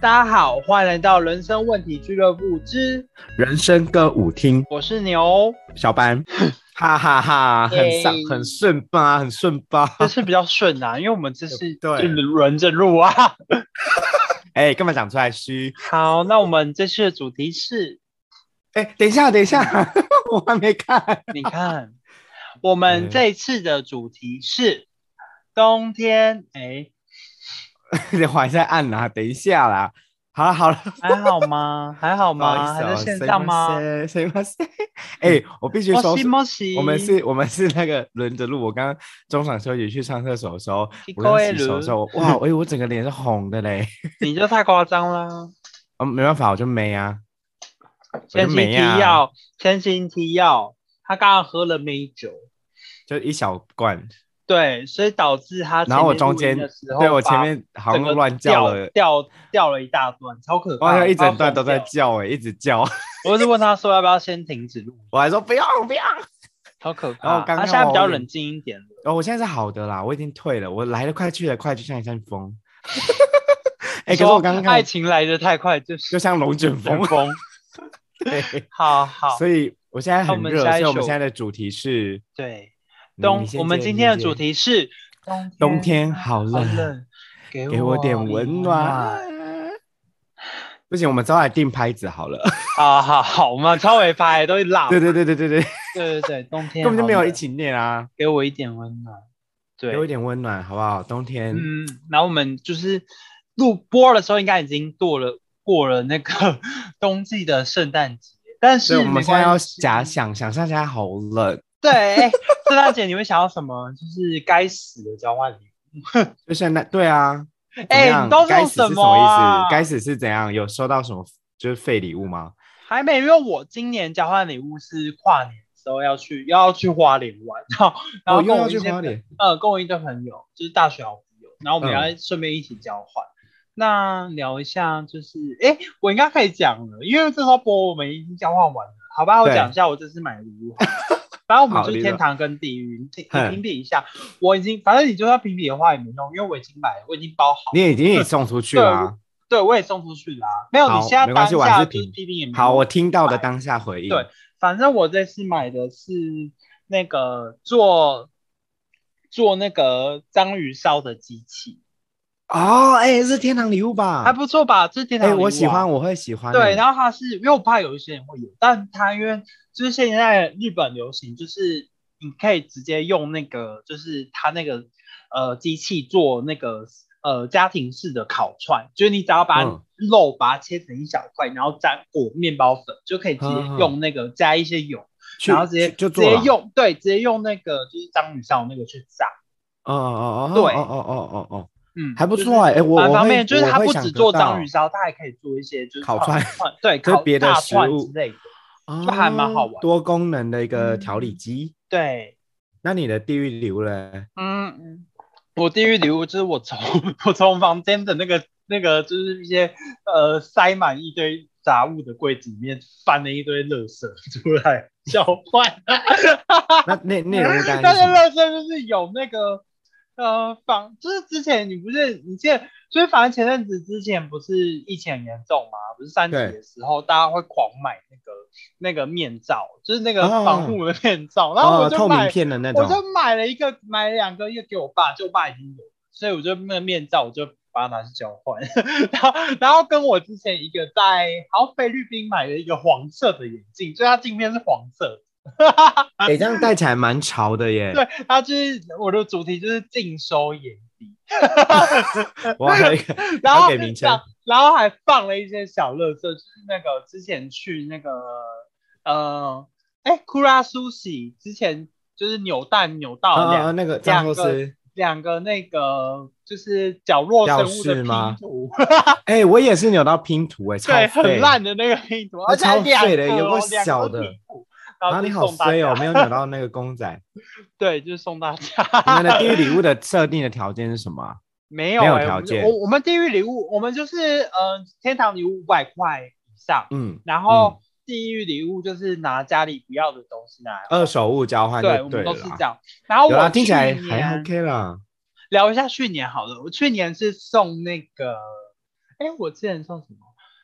大家好，欢迎来到人生问题俱乐部之，人生歌舞厅，我是牛， 小班，哈哈哈，很上耶很顺吧，很顺 吧。这次比较顺啊，因为我们这次 对就轮着录啊。哎，干嘛讲出来虚？好，那我们这次的主题 是，哎，等一下， 等一下，我还没看。你看，我们嗯这一次的主题是冬天，哎，你还在按啦，等一下啦。好了好了，还好 吗？还好不好吗？意思还哦，在线谁上吗？谁 吗？谁？哎，我必须说莫，西莫西，我们是，我们是那个轮着录。我刚刚中场休息去上厕所的时候，去我在过洗手的时候，哇，哎，我整个脸是红的嘞。你就太夸张啦。啊，没办法，我就没啊。我先就行没提啊要，先行提要，他刚刚喝了美酒。就一小罐，对，所以导致他前然后我面中录音间的时候对我把前面好整像个乱叫了，掉掉掉了一大段，超可我怕好的。像一快要整段疯都在掉叫哎、一直叫， 我就是问他说要不要先停止录，我还说不要不要。超可怕。然后刚他刚现在比我较有冷静一点了。哦，我现在是好的啦，我已经退了，我来得快去得快，就像一阵风。 哎、可是说我刚刚爱看，情来得太快，就是就像龙卷风 风。。风对，好好，所以我现在那我很们热，下一所以我们首现在的主题是对你冬嗯你，先我们接今你天的先主题是冬冬天好好冷，冷，给给我点温暖。。不行，我们早点定拍子好了。啊，好好，我们超尾拍都会辣。对对对对对对，对对对，冬天根本就好没有冷一起念啊，给我一点温暖。对，给我一点温暖好不好？冬天，嗯，然后我们就是录播的时候，应该已经过了过了那个 冬季的圣诞节，但所以是我们没现在要关系假想，想象现在好冷，对哎圣诞节你会想要什么？就是该死的交换礼就现在对啊，物。怎么哎、样你都该用死是什什么、么意啊？思？该死是怎样？有收到什么就是废礼物吗？还没，因为我今年交换礼物是跨年的时候要去要去花莲玩，然后然后哦，又跟要我一去些花朋莲，呃，跟我一堆朋友，就是大学好朋友，然后我们嗯要顺便一起交换。那聊一下，就是哎，我应该可以讲了，因为这时候播我们已经交换完了，好吧？我对讲一下我这次买的礼物好了。反正我们好就是你天说堂跟地狱，你评你哼评比一下。我已经，反正你就算评比的话也没用，因为我已经买了，我已经包好了，你已经也送出去了啊。对我也送出去啦、没有，你好现在没当关系我还下是就是评批评也没好，用我听到的当下回应。哎对反正我这次买的是那个做做那个章鱼烧的机器，哦，哎，是天堂礼物吧？还不错吧？这是天堂哎，礼物啊、我喜欢，我会喜欢的。对，然后它是因为我怕有一些人会有，但它因为就是现在日本流行，就是你可以直接用那个，就是它那个呃机器做那个呃家庭式的烤串，就是你只要把嗯肉把它切成一小块，然后沾裹面包粉，就可以直接嗯嗯用那个加一些油。去然后直接去就直做接了。用对，直接用那个就是章鱼烧那个去炸，哦哦哦，对哦哦哦哦哦，嗯，还不就是错哎，哎我蛮我方会便，就是我它会不想只得做到章鱼烧，它还可以做一些就是烤串串，对， 就是烤别的大食串物之类的。就还蛮好玩嗯的哦多功能的一个调理机。对，那你的地狱礼 物嘞？嗯，嗯我地狱礼物就是我从我从房间的那个那个就是一些呃塞满一堆杂物的柜子里面翻了一堆垃圾出来 交换。那那那礼物当但然是是什么乐色就是有那个呃仿，就是之前你不是你记得，就是反正前阵子之前不是疫情很严重嘛，不是三级对的时候，大家会狂买那个那个面罩，就是那个哦防护的面罩，然后我哦就透买明，片的那我种。就买了一个，买了两个，一个给我爸，就我爸已经有了，所以我就那个面罩我就。把它拿去交换， 然后然后跟我之前一个在好像菲律宾买的一个黄色的眼镜，所以它镜片是黄色的，哎、这样戴起来蛮潮的耶！对，他就是我的主题就是尽收眼底，我还有一个，然后要给名称然后然后还放了一些小乐色，就是那个之前去那个呃，哎，库拉苏喜之前就是扭蛋扭到两、啊，那个藏寿司，两个那个就是角落生物教的室拼吗图，哎、我也是扭到拼图哎、超对，废很烂，的那个拼图，那而且还超两废的个有哦个两小都的拼图，然然后后就你好送大衰家哦，没有扭到那个 公仔。对，就是送大家。 你们的地狱礼物的设定的条件是什么啊？没有、欸，没有我们条件我我们地狱礼物，我们就是呃天堂礼物五百块以上，嗯，然后地狱礼物就是拿家里不要的东西拿来换。二手物交换就对，我对们了都是这啦。样。然后有啦，我听起来去年还 OK 啦。聊一下去年好了，我去年是送那个哎，我之前算什么？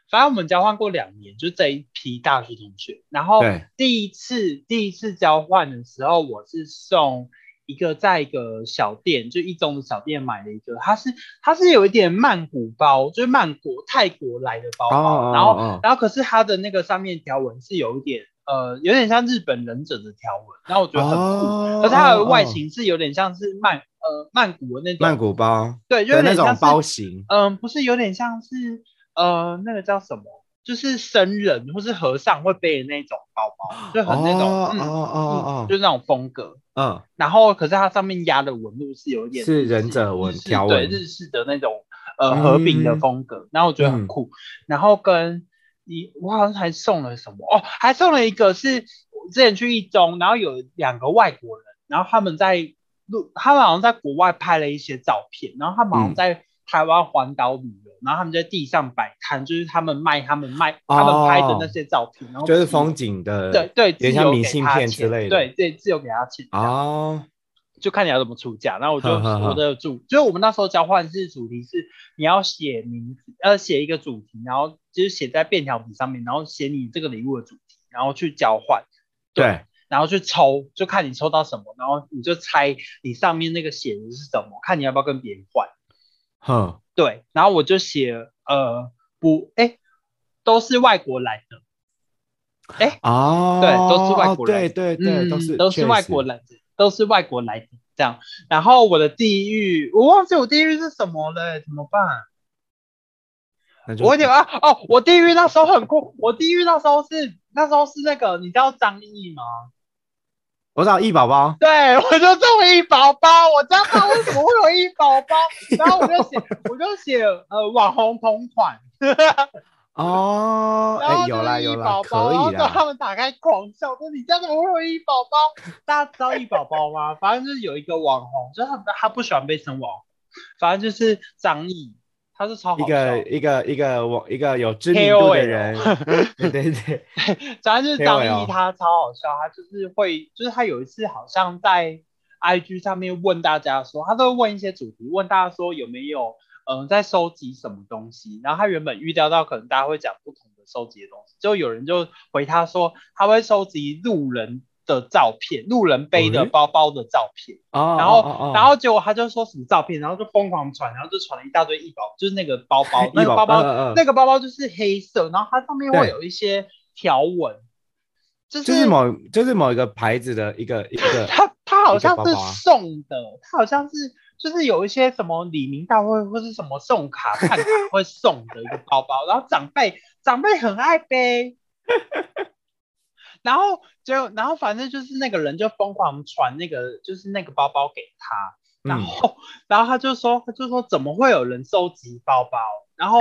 反正我们交换过两年，就这一批大学同学。然后对第一次第一次交换的时候，我是送一个在一个小店，就一中的小店买了一个，它是它是有一点曼谷包，就是曼国泰国来的包哦包，哦然后哦然后可是它的那个上面条纹是有一点呃，有点像日本忍者的条纹，然后我觉得很酷。哦，可是它的外哦形是有点像是曼呃曼谷的那种曼谷包对，就有的那点像种是包型，嗯，不是有点像是呃那个叫什么，就是僧人或是和尚会背的那种包包，就哦很那种，哦嗯哦嗯，就是哦那种风格。哦，然后可是它上面压的纹路是有一点是日忍式者纹日式条对纹日式的那种呃和平的嗯风格，然后我觉得很嗯酷。然后跟一我好像还送了什么哦，还送了一个是我之前去一中，然后有两个外国人，然后他们在录，他们好像在国外拍了一些照片，然后他们好像嗯在台湾环岛旅游，然后他们在地上摆摊，就是他们卖他们卖他们拍的那哦些照片，然后就是自风景的，对对，有自点像由明给信他片钱之类的对对，自由给他钱这样哦，就看你要怎么出价。然后我就呵呵呵我的主，就是我们那时候交换是主题是你要写名字，呃，写一个主题，然后就是写在便条纸上面，然后写你这个礼物的主题，然后去交换，对，然后去抽，就看你抽到什么，然后你就猜你上面那个写的是什么，看你要不要跟别人换。哼，对，然后我就写呃不，哎，都是外国来的，哦，对都是外国人嗯对对对，都是都是确外实国来的，都是外国来的这样。然后我的地域，我忘记我地域是什么了，怎么办？那就我有点啊哦，我地狱那时候很酷，我地狱那时候是那时候是那个，你知道张译吗？我找易宝宝，对，我就中了一宝宝，我知道他为什么会有一宝宝，然后我就写我就写呃网红同款，哦，然后哎，就有啦是有一啦，宝可宝，以然后他啦，们打开狂笑说你家怎么会有一宝宝？大家知道一宝宝吗？反正就是有一个网红，就是他他不喜欢被称网红，反正就是张译，他是超一好笑 个一个一个我一个有知名度的人，对对对，反正就是张 KOL 译他超好笑，他就是会，就是他有一次好像在 IG 上面问大家说，他都会问一些主题，问大家说有没有嗯、呃在收集什么东西，然后他原本预料到可能大家会讲不同的收集的东西，就有人就回他说他会收集路人的照片，路人背的嗯包包的照片。哦， 然后，哦哦，然后结果他就说什么照片，然后就疯狂传，然后就传了一大堆医保，就是那个包包 那易个宝包包，嗯嗯嗯那个包包就是黑色，然后它上面会对有一些条纹，就是就是某就是某一个牌子的一个 一个，它它好像一是个包包啊送的，它好像是就是有一些什么李明大会或是什么送卡看卡会送的一个包包，然后长辈长辈很爱背。 然后就，然后反正就是那个人就疯狂传那个，就是那个包包给他，然嗯，后，然后他就说，他就说怎么会有人收集包包？然 后，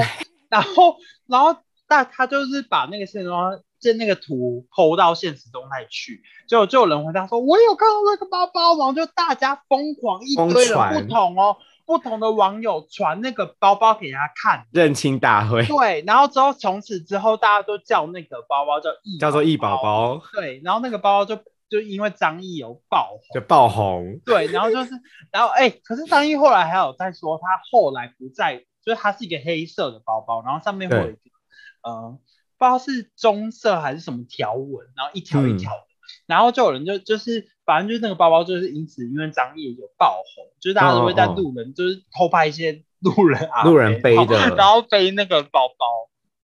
然后，然后，但他就是把那个现实中就那个图抛到现实动态去，就就有人回答说，我有看到那个包包，然后就大家疯狂一疯堆人传不同哦，不同的网友传那个包包给他看，认亲大会对，然后之后从此之后，大家都叫那个包包叫易叫做易 宝，宝对，然后那个包包就就因为张译有爆红。就爆红，对，然后就是，然后哎、可是张译后来还有在说，他后来不再，就是它是一个黑色的包包，然后上面会有一个，呃，不知道是棕色还是什么条纹，然后一条嗯一条的，然后就有人就就是，反正就是那个包包就是因此因为张译有爆红，就是大家都会在哦哦哦路人就是偷拍一些路人啊路人背的然后然后背那个包包。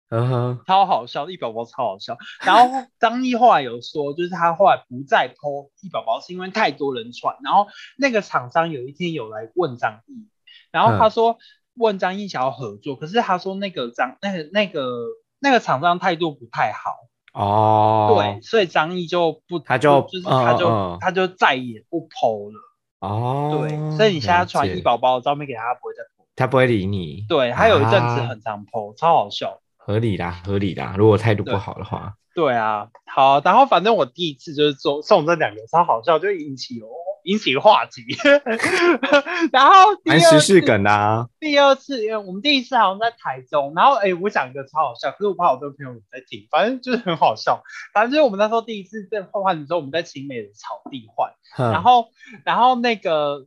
嗯哼，超好笑，易宝宝超好笑。然后张译后来有说，就是他后来不再剖易宝宝，是因为太多人传。然后那个厂商有一天有来问张译，然后嗯他说问张译想要合作，可是他说那个张那个那个那个厂商态度不太好，哦，对，，所以张译就不他就就是他就、嗯嗯嗯他就再也不剖了，哦，对。所以你现在了传解易，宝宝的照片给他，他不会再剖。他不会理你，对，他有一阵子啊很常剖，超好笑。合理啦，合理啦。如果态度对不好的话，对啊，好，然后反正我第一次就是送送这两个超好笑，就引起我引起话题。 然后第蛮二次时事，梗啊啦。第二次，因为我们第一次好像在台中，然后哎，我讲一个超好笑，可是我怕我的朋友有在听，反正就是很好笑。反正就是我们那时候第一次在换换的时候，我们在青美的草地换，然然后然后那个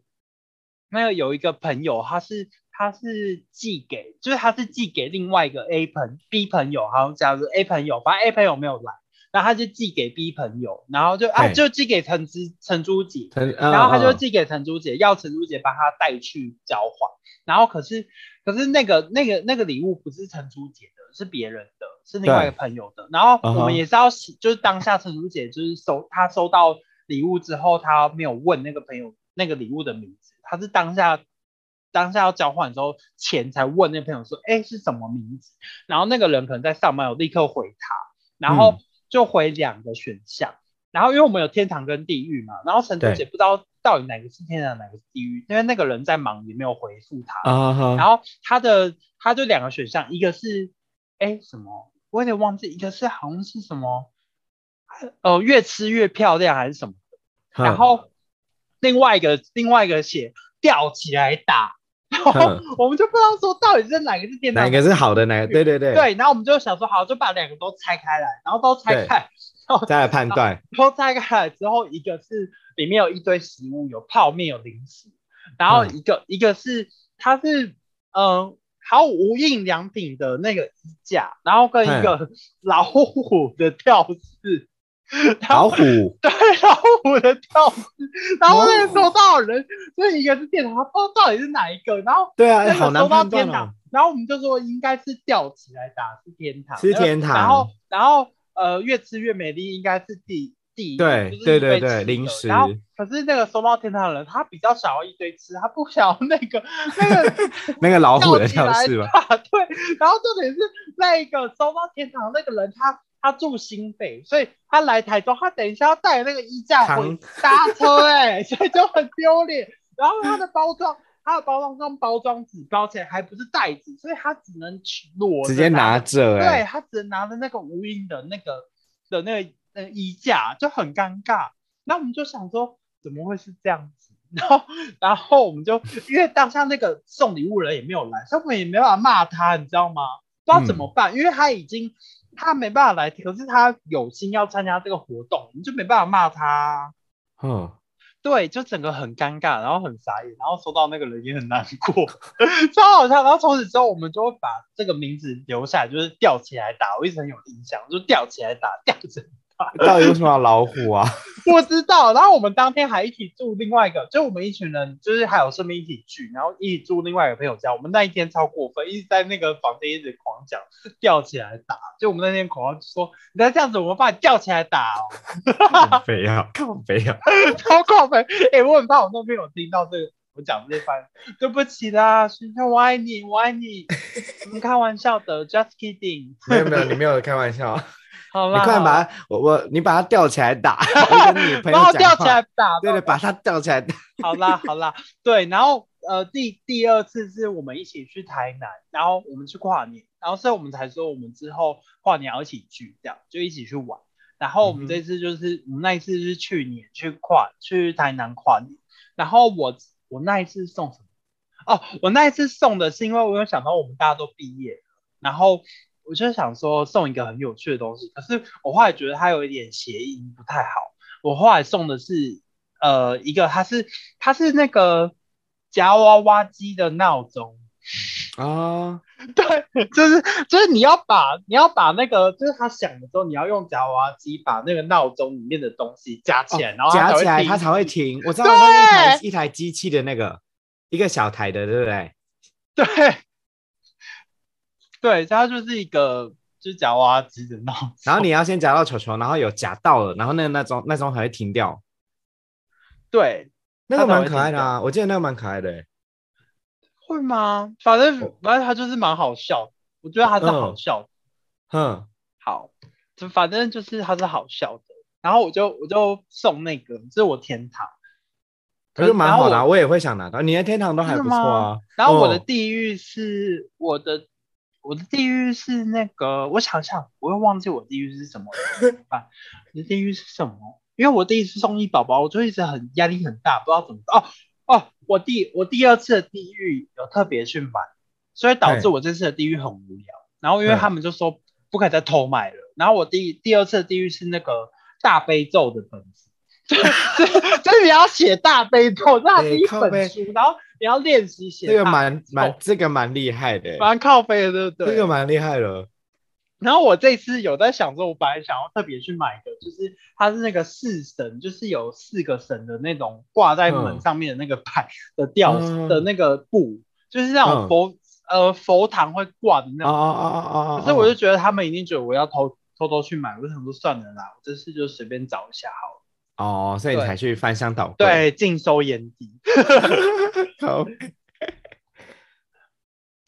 那个有一个朋友，他是它是寄给，就是它是寄给另外一个 A 朋 B 朋友，好像假如 A 朋友，反正 A 朋友没有来，然后他就寄给 B 朋友，然后就啊对就寄给陈之陈珠姐，陈然后他就嗯寄给陈珠姐，要陈珠姐帮他带去交换。然后可是可是那个那个那个礼物不是陈珠姐的，是别人的，是另外一个朋友的。然后我嗯们哼也是要洗就是当下陈珠姐就是收她收到礼物之后，她没有问那个朋友那个礼物的名字，她是当下。当下要交换的时候，前才问那个朋友说：“哎、是什么名字？”然后那个人可能在上班，有立刻回他，然后嗯就回两个选项。然后因为我们有天堂跟地狱嘛，然后陈珠对姐不知道到底哪个是天堂，哪个是地狱，因为那个人在忙，也没有回复他。啊哈，然后他的他就两个选项，一个是哎什么，我有点忘记，一个是好像是什么，呃越吃越漂亮还是什么，哼然后另外一个另外一个写吊起来打，然后嗯我们就不知道说到底是哪个是天堂，哪一个是好的，哪个对对对，对，然后我们就想说好，就把两个都拆开来，然后都拆对开。然后再来判断。然后拆开来之后，一个是里面有一堆食物，有泡面，有零食，然后嗯一个、一个是它是嗯毫无印良品的那个衣架，然后跟一个老虎的吊饰，然后老虎，对老虎的吊饰，然后那个老虎收到的人，所以一个是店长，他不知道到底是哪一个，然后对啊，那个哎好收难到判断天哦堂。，然后我们就说应该是吊起来打是天堂，呃是天堂然后然后呃越吃越美丽应该是第第一对就是对一堆对吃对，的零食然后可是那个收到天堂的人他比较想要一堆吃，他不想要那个那个那个老虎的吊起来跳是吧？打 对，然后重点是那个收到天堂那个人他。他住新北，所以他来台中，他等一下要带那个衣架回扛搭 车哎、所以就很丢脸。然后它的包装，它的包装是用包装纸包起来，还不是袋子，所以它只能取裸着直接拿，着对，哎，它只能拿着那个无印的那个的那个那个衣架，就很尴尬。那我们就想说，怎么会是这样子？ 然后，然后我们就因为当下那个送礼物人也没有来，所以我们也没办法骂他，你知道吗？不知道怎么办，因为他已经他没办法来，可是他有心要参加这个活动，我们就没办法骂他啊、嗯，对，就整个很尴尬，然后很傻眼，然后收到那个人也很难过， 超好笑。然后从此之后，我们就会把这个名字留下来，就是吊起来打。我一直很有印象，就吊起来打，吊着到底为什么要老虎 啊？ 不知道。然后我们当天还一起住另外一个，就我们一群人，就是还有顺便一起去，然后一起住另外一个朋友家。我们那一天超过分，一直在那个房间一直狂讲吊起来打。就我们那天狂要说，你再这样子，我们把你吊起来打哦。靠肥啊，靠 肥啊！超过分！哎、我很怕我那边有听到这个，我讲这番，对不起啦，学生，我爱你，我爱你，我们开玩笑的，just kidding。没有没有，你没有开玩笑，啊你好啦，快点把它它，我我你把它吊起 来打，我跟你朋友把我讲吊起话来，打。对对，把它吊起来 打。 好啦好啦，对，然后呃第第二次是我们一起去台南，然后我们去跨年，然后所以我们才说我们之后跨年要一起聚，这样就一起去玩。然后我们嗯哼这次就是、我们那一次是去年去跨去台南跨年，然后我我那一次送什么？哦，我那一次送的是因为我有想到我们大家都毕业了，然后我就想说送一个很有趣的东西，可是我后来觉得它有一点谐音不太好，我后来送的是呃一个它是它是那个夹娃娃机的闹钟。哦，对，就是就是你要把你要把那个就是它响的时候，你要用夹娃娃机把那个闹钟里面的东西夹起来，然后哦夹起来它才会。停。我知道它是一台一台机器的那个一个小台的，对不对？ 对，对，它就是一个就是夹娃娃机的闹钟。然后你要先夹到球球，然后有夹到了，然后那个那钟那钟才会停掉。对那它个才会蛮可爱的停啊，我记得那个蛮可爱的欸。会吗？反正反正它就是蛮好笑的，我觉得它是好嗯笑的。哼，好，就反正就是它是好笑的。然后我就我就送那个，这是我天堂。可是蛮好的然啊，后我也会想拿到。你的天堂都还真的不错啊。然后我的哦地狱是我的，我的地狱是那个，我想想，我又忘记我地狱是什么了怎么办？你的地狱是什么？因为我第一次送医宝宝，我就一直很压力很大，不知道怎么哦哦，我第我第二次的地狱有特别去买，所以导致嘿我这次的地狱很无聊。然后因为嘿他们就说 不可以再偷买了，然后我第第二次的地狱是那个大悲咒的本子。就是你要写大悲咒，那对是一靠本背书，然后你要练习写这个大蛮蛮哦这个蛮厉害的欸，蛮靠背的，对不对？这个蛮厉害的。然后我这次有在想说，我本来想要特别去买一个，就是它是那个四神，就是有四个神的那种挂在门嗯上面的那个牌的吊、嗯的那个布，就是那种嗯佛、呃佛堂会挂的那哦种。哦哦哦哦！可是我就觉得他们一定觉得我要偷偷偷去买，我就想说算了啦，我这次就随便找一下好了。哦，所以你对才去翻箱倒柜。对，尽收眼底。 好，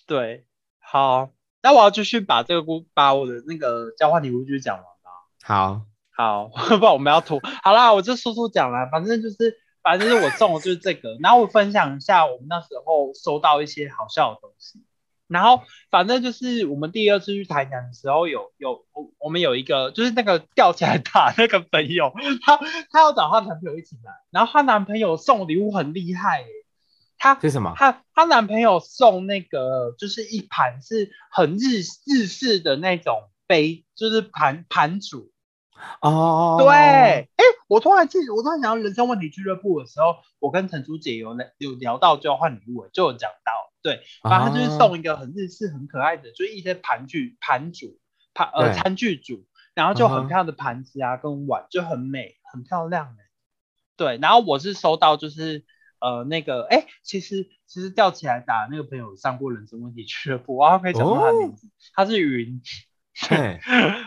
对，好，那我要继续把这个故把我的那个交换礼物就讲完了。好，好， 不然我们要吐。好啦，我就速速讲啦，反正就是，反正就是我中的就是这个，然后我分享一下我们那时候收到一些好笑的东西。然后反正就是我们第二次去台南的时候有，有我我们有一个就是那个吊起来打 那个朋友，她她要找她男朋友一起来，然后她男朋友送礼物很厉害、欸，她是什么？她她男朋友送那个就是一盘是很日日式的那种杯，就是盘盘主，哦，对，哎、我突然记，我突然想到人生问题俱乐部的时候，我跟陈珠姐有聊有聊到交换礼物，就有讲到，对，哦反正他啊就是送一个很日式、很可爱的，就是一些盘具、盘主、盘呃对餐具组，然后就嗯很哼漂亮的盘子啊，跟碗就很美，很漂亮哎、对，然后我是收到就是呃那个，哎、其实其实吊起来打那个朋友上过人生问题俱乐部，我好像可以讲到他的哦名字，他是云。 嘿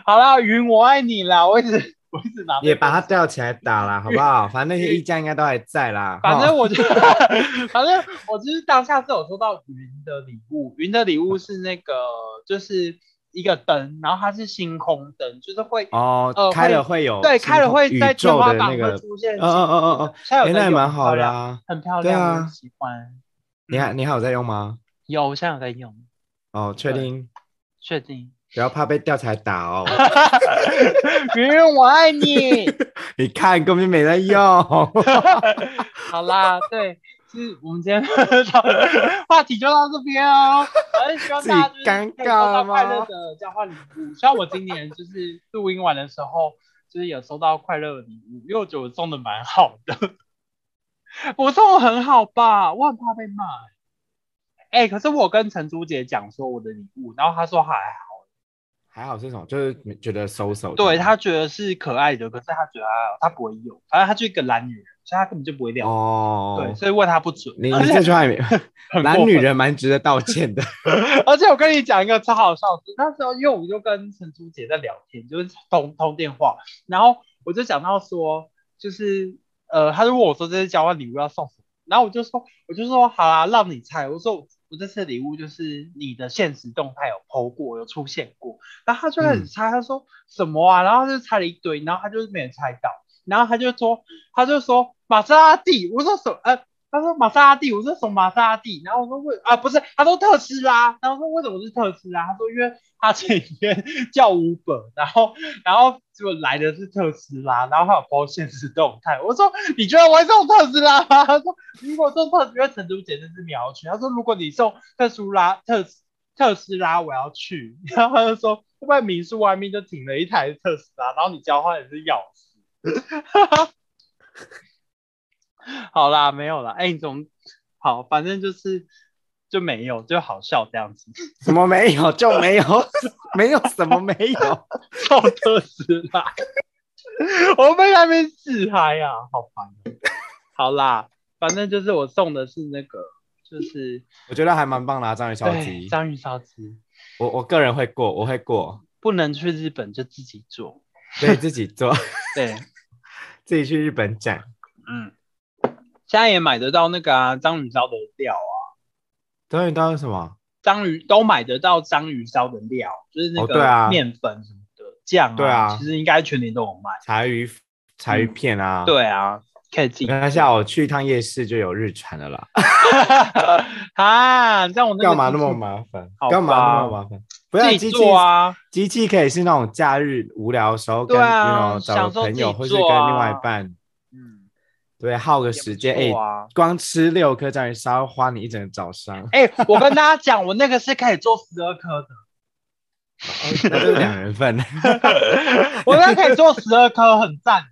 好啦，云，我爱你啦！我一直我一直拿也那个把它吊起来打啦，好不好？反正 那些衣架应该都还在啦。反哈正我就，反正我就是当下是有收到云的礼物，云的礼物是那个就是一个灯，然后它是星空灯，就是会、呃哦，开了会有对星开了空会宇在天宙花的板那会个，出现星空灯，嗯嗯嗯嗯现在嗯，哎有在那也用蛮好的漂亮嗯啊。很漂对亮，啊我很喜欢。你还你还有在用吗？有，我现在有在用，哦，确对 定，确定。不要怕被吊起来打哦。 云，我爱你。你看根本就没在 用。好啦，对，就是我们今天 话题就到这边哦。反正希望大家就是可以收到快乐的交换礼物。虽然我今年就是录音完的时候，就是有收到快乐的礼物，因为我觉得我送的蛮好的。我送的很好吧，我很怕被骂欸。哎、可是我跟陈珠姐讲说我的礼物，然后她说还好，还好是什么？就是觉得收手。对她觉得是可爱的，可是她觉得还好她不会用，反正她就是一个懒女人，所以她根本就不会聊。哦，对，所以问她不准。你而你且这句话也没很过男分女人蛮值得道歉的。 而且我跟你讲一个超好笑的事，那时候因为我就跟陈珠姐在聊天，就是通通电话，然后我就讲到说，就是呃，她就问我说这次交换礼物要送什么，然后我就说我就说好啦，让你猜，我说我这次的礼物就是你的现实动态有 PO 过，有出现过，然后她就开始猜，她说什么啊，然后她就猜了一堆，然后她就是没有猜到，然后她就说她就说玛莎拉蒂，我说什么呃他说玛莎拉蒂，我说什么玛莎拉蒂？然后我说为啊不是，他说特斯拉，然后说为什么是特斯拉？他说因为他前几天 叫 Uber，然后然后就来的是特斯拉，然后还有包现实动态。我说你觉得我会送特斯拉吗？他说如果送特斯拉，成都简直是秒去。他说如果你送特斯拉特特斯拉，我要去。然后他就说会不会民宿外面就停了一台特斯拉，然后你交换的是钥匙？ 好啦，没有啦。哎、你怎么好？反正就是就没有，就好笑这样子。什么没有就没有， 没有什么没 有。送特斯 拉，我被那边自嗨啊，好烦、哦。好啦，反正就是我送的是那个，就是我觉得还蛮棒的、啊，章鱼烧对鸡。章鱼烧鸡，我我个人会过，我会过，不能去日本就自己做。 对自己做，对，自己去日本展。嗯，现在也买得到那个啊章鱼烧的料啊，章鱼刀是什么？章鱼都买得到章鱼烧的料，就是那哦对个啊面粉什么的酱、对啊其实应该全年都有卖。柴鱼柴鱼片啊。。嗯对啊，可以自 己 没关系啊，我去一趟夜市就有日产的啦，啊，像我那个干嘛那么机器麻烦好？吧干嘛那么麻烦？不要自己机器做，啊？机器可以是那种假日无聊的时候跟对啊 you know，享找受个朋友自或己是做跟另外啊一半，嗯，对，耗个也时不间，哎错，啊。光吃六颗章鱼烧花你一整个 早上，哎、我跟大家讲，我那个是可以做十二颗的，哎那就是两人份。 我那可以做十二颗，很赞。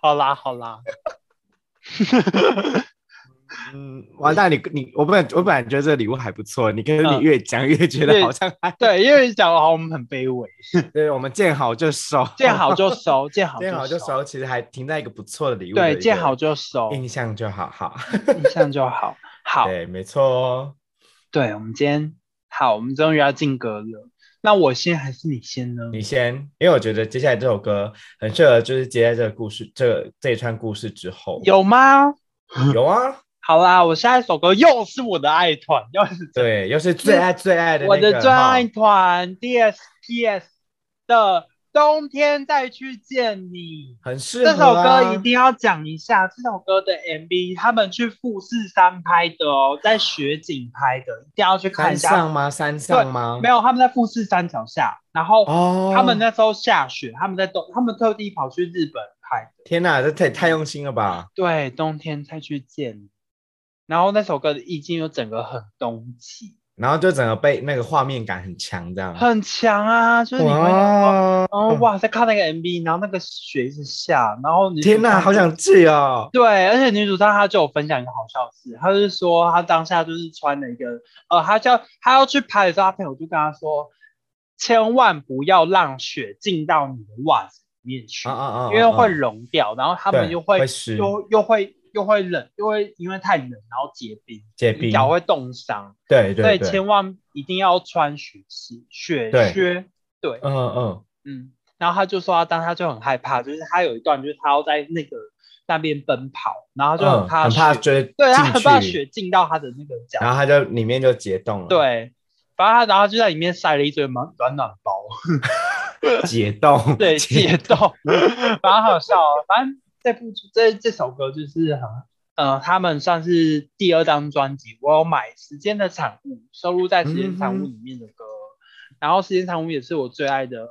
好啦好啦，嗯，完蛋，你你我本来我本来觉得这个礼物还不错，你跟你嗯越讲越觉得越好像还对，因为讲的好，我们很卑微，对，我们见好就收，见好就收，见好见好就收，收，其实还停在一个不错的礼物的对，一个见好就收，印象就好，好，印象就好。好， 对，没错哦。对，我们今天好，我们终于要进歌了。那我先还是你先呢？你先，因为我觉得接下来这首歌很适合，就是接在这个故事这个这一串故事之后。有吗？有啊，好啦，我下一首歌又是我的爱团，又是对，又是最爱最爱的、那我的个最爱哈团 DSPS 的《冬天再去见你》。很适这合、首啊、歌一定要讲一下，这首歌的 MV 他们去富士山拍的哦，在雪景拍的，一定要去看一山上下。吗？山上吗？没有，他们在富士山脚下，然后哦，他们那时候下雪，他们在冬，他们特地跑去日本拍的。天哪，这太太用心了吧！对，冬天再去见你。然后那首歌的意境又整个很冬季，然后就整个被那个画面感很强，这样。很强啊，就是你会哇哇！哦哇，在看那个 MV，然后那个雪一直下，然后你天哪，好想去哦！对，而且女主唱她就有分享一个好笑的事，她就是说她当下就是穿了一个，呃，她叫她要去拍的时候，她朋友就跟她说，千万不要让血进到你的袜子里面去，啊啊啊！因为会啊溶掉，然后他对们又会会湿又又会又会冷，又会因为太冷然后结冰，结冰脚会冻伤，对所以对对，千万一定要穿雪鞋、雪对靴，对，嗯嗯，嗯，然后他就说他当他就很害怕，就是他有一段就是他要在那个那边奔跑，然后他就嗯很怕很雪，怕追进去，对他很怕雪进到他的那个脚，然后它就里面就结冻了，，对，反正他然后就在里面塞了一堆暖暖暖包，解冻，对，解冻， 反正好笑哦。反正这部这这首歌就是很。呃，他们算是第二张专辑，我有买《时间的产物》，收录在《时间产嗯物》里面的歌。然后《时间产物》也是我最爱的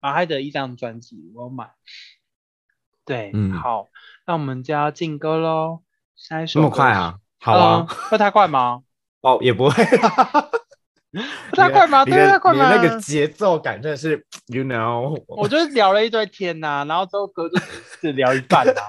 马海的一张专辑，我有买。对，嗯好，那我们就要进歌喽。下一首这么歌快是？啊？好啊，嗯会太快吗？哦，也不会啊，会太快吗？你对，的会太快你吗？的那个节奏感真的是 ，you know，我就是聊了一堆天呐、然后之后歌就只聊一半啊啦、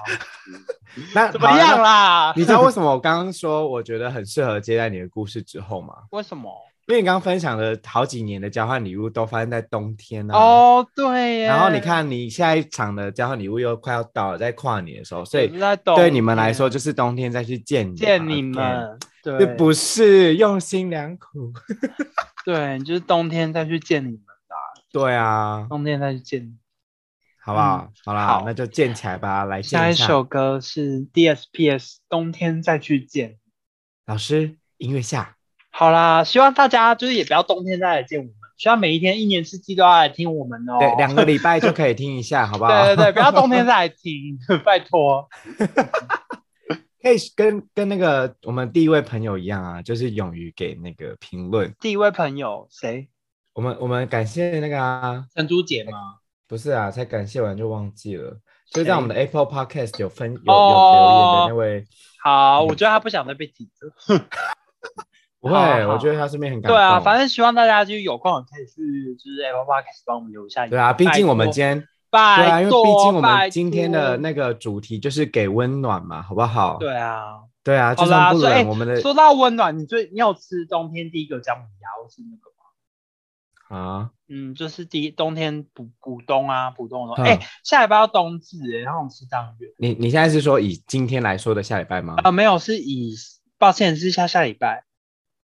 那怎么样？好啦那？你知道为什么我刚刚说我觉得很适合接在你的故事之后吗？为什么？因为你刚刚分享了好几年的交换礼物都发生在冬天啊。哦，对耶。然后你，看，你下一场的交换礼物又快要到了，在跨年的时候，所以在懂对你们来说就是冬天再去见你嘛见你， again 们，对这不是用心良苦？对，就是冬天再去见你们啦，对啊，冬天再去见你。好不好？好嗯啦，好那就建起来吧，来下建一下。首歌是 DSPS 冬天再去见。老师，音乐下，好啦，希望大家就是也不要冬天再来见我们，希望每一天一年四季都要来听我们哦。对，两个 礼拜就可以听一下，好不好？对对 对，不要冬天再来听， 拜托。可以跟跟那个我们第一位朋友一样啊，就是勇于给那个评论。第一位朋友谁？我们我们感谢那个啊，陈珠姐吗？不是啊，才感谢完就忘记了，就在我们的 Apple Podcast 有分有有留哦言的那位。好，我觉得她不想再被提着。不会，好啊好我觉得他身边很感对动。啊，反正希望大家就是有空也可以去就是 Apple Podcast 帮我们留下一个。对啊，毕竟我们今天对啊，拜因为托，毕竟我拜们今天的托那个主题就是给温暖嘛，好不好？对啊，对好啊，就啦算不所以哎冷，我们的说到温暖，你最你有吃冬天第一个姜母鸭或是那个吗？啊，嗯，就是第一冬天补补冬啊，补冬的时候。嗯哎、下礼拜要冬至哎、然后我们吃当月你你现在是说以今天来说的下礼拜吗啊、？没有，是以抱歉是下下礼拜。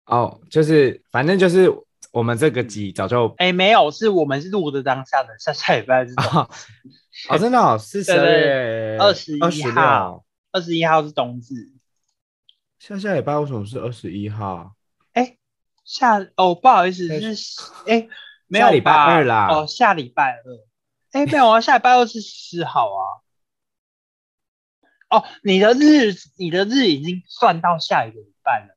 哦，就是反正就是我们这个集早就哎、没有，是我们是录的当下的下下礼拜是啊， 哦，真的哦是十哎对二对月21二十号六，二十一号是冬至。下下礼拜为什么是二十一号？下哦，不好意思，对是哎、没有吧下礼拜二啦哦，下礼拜二。哎、没有啊，下礼拜二是十号啊。哦，你的日，你的日已经算到下一个礼拜了。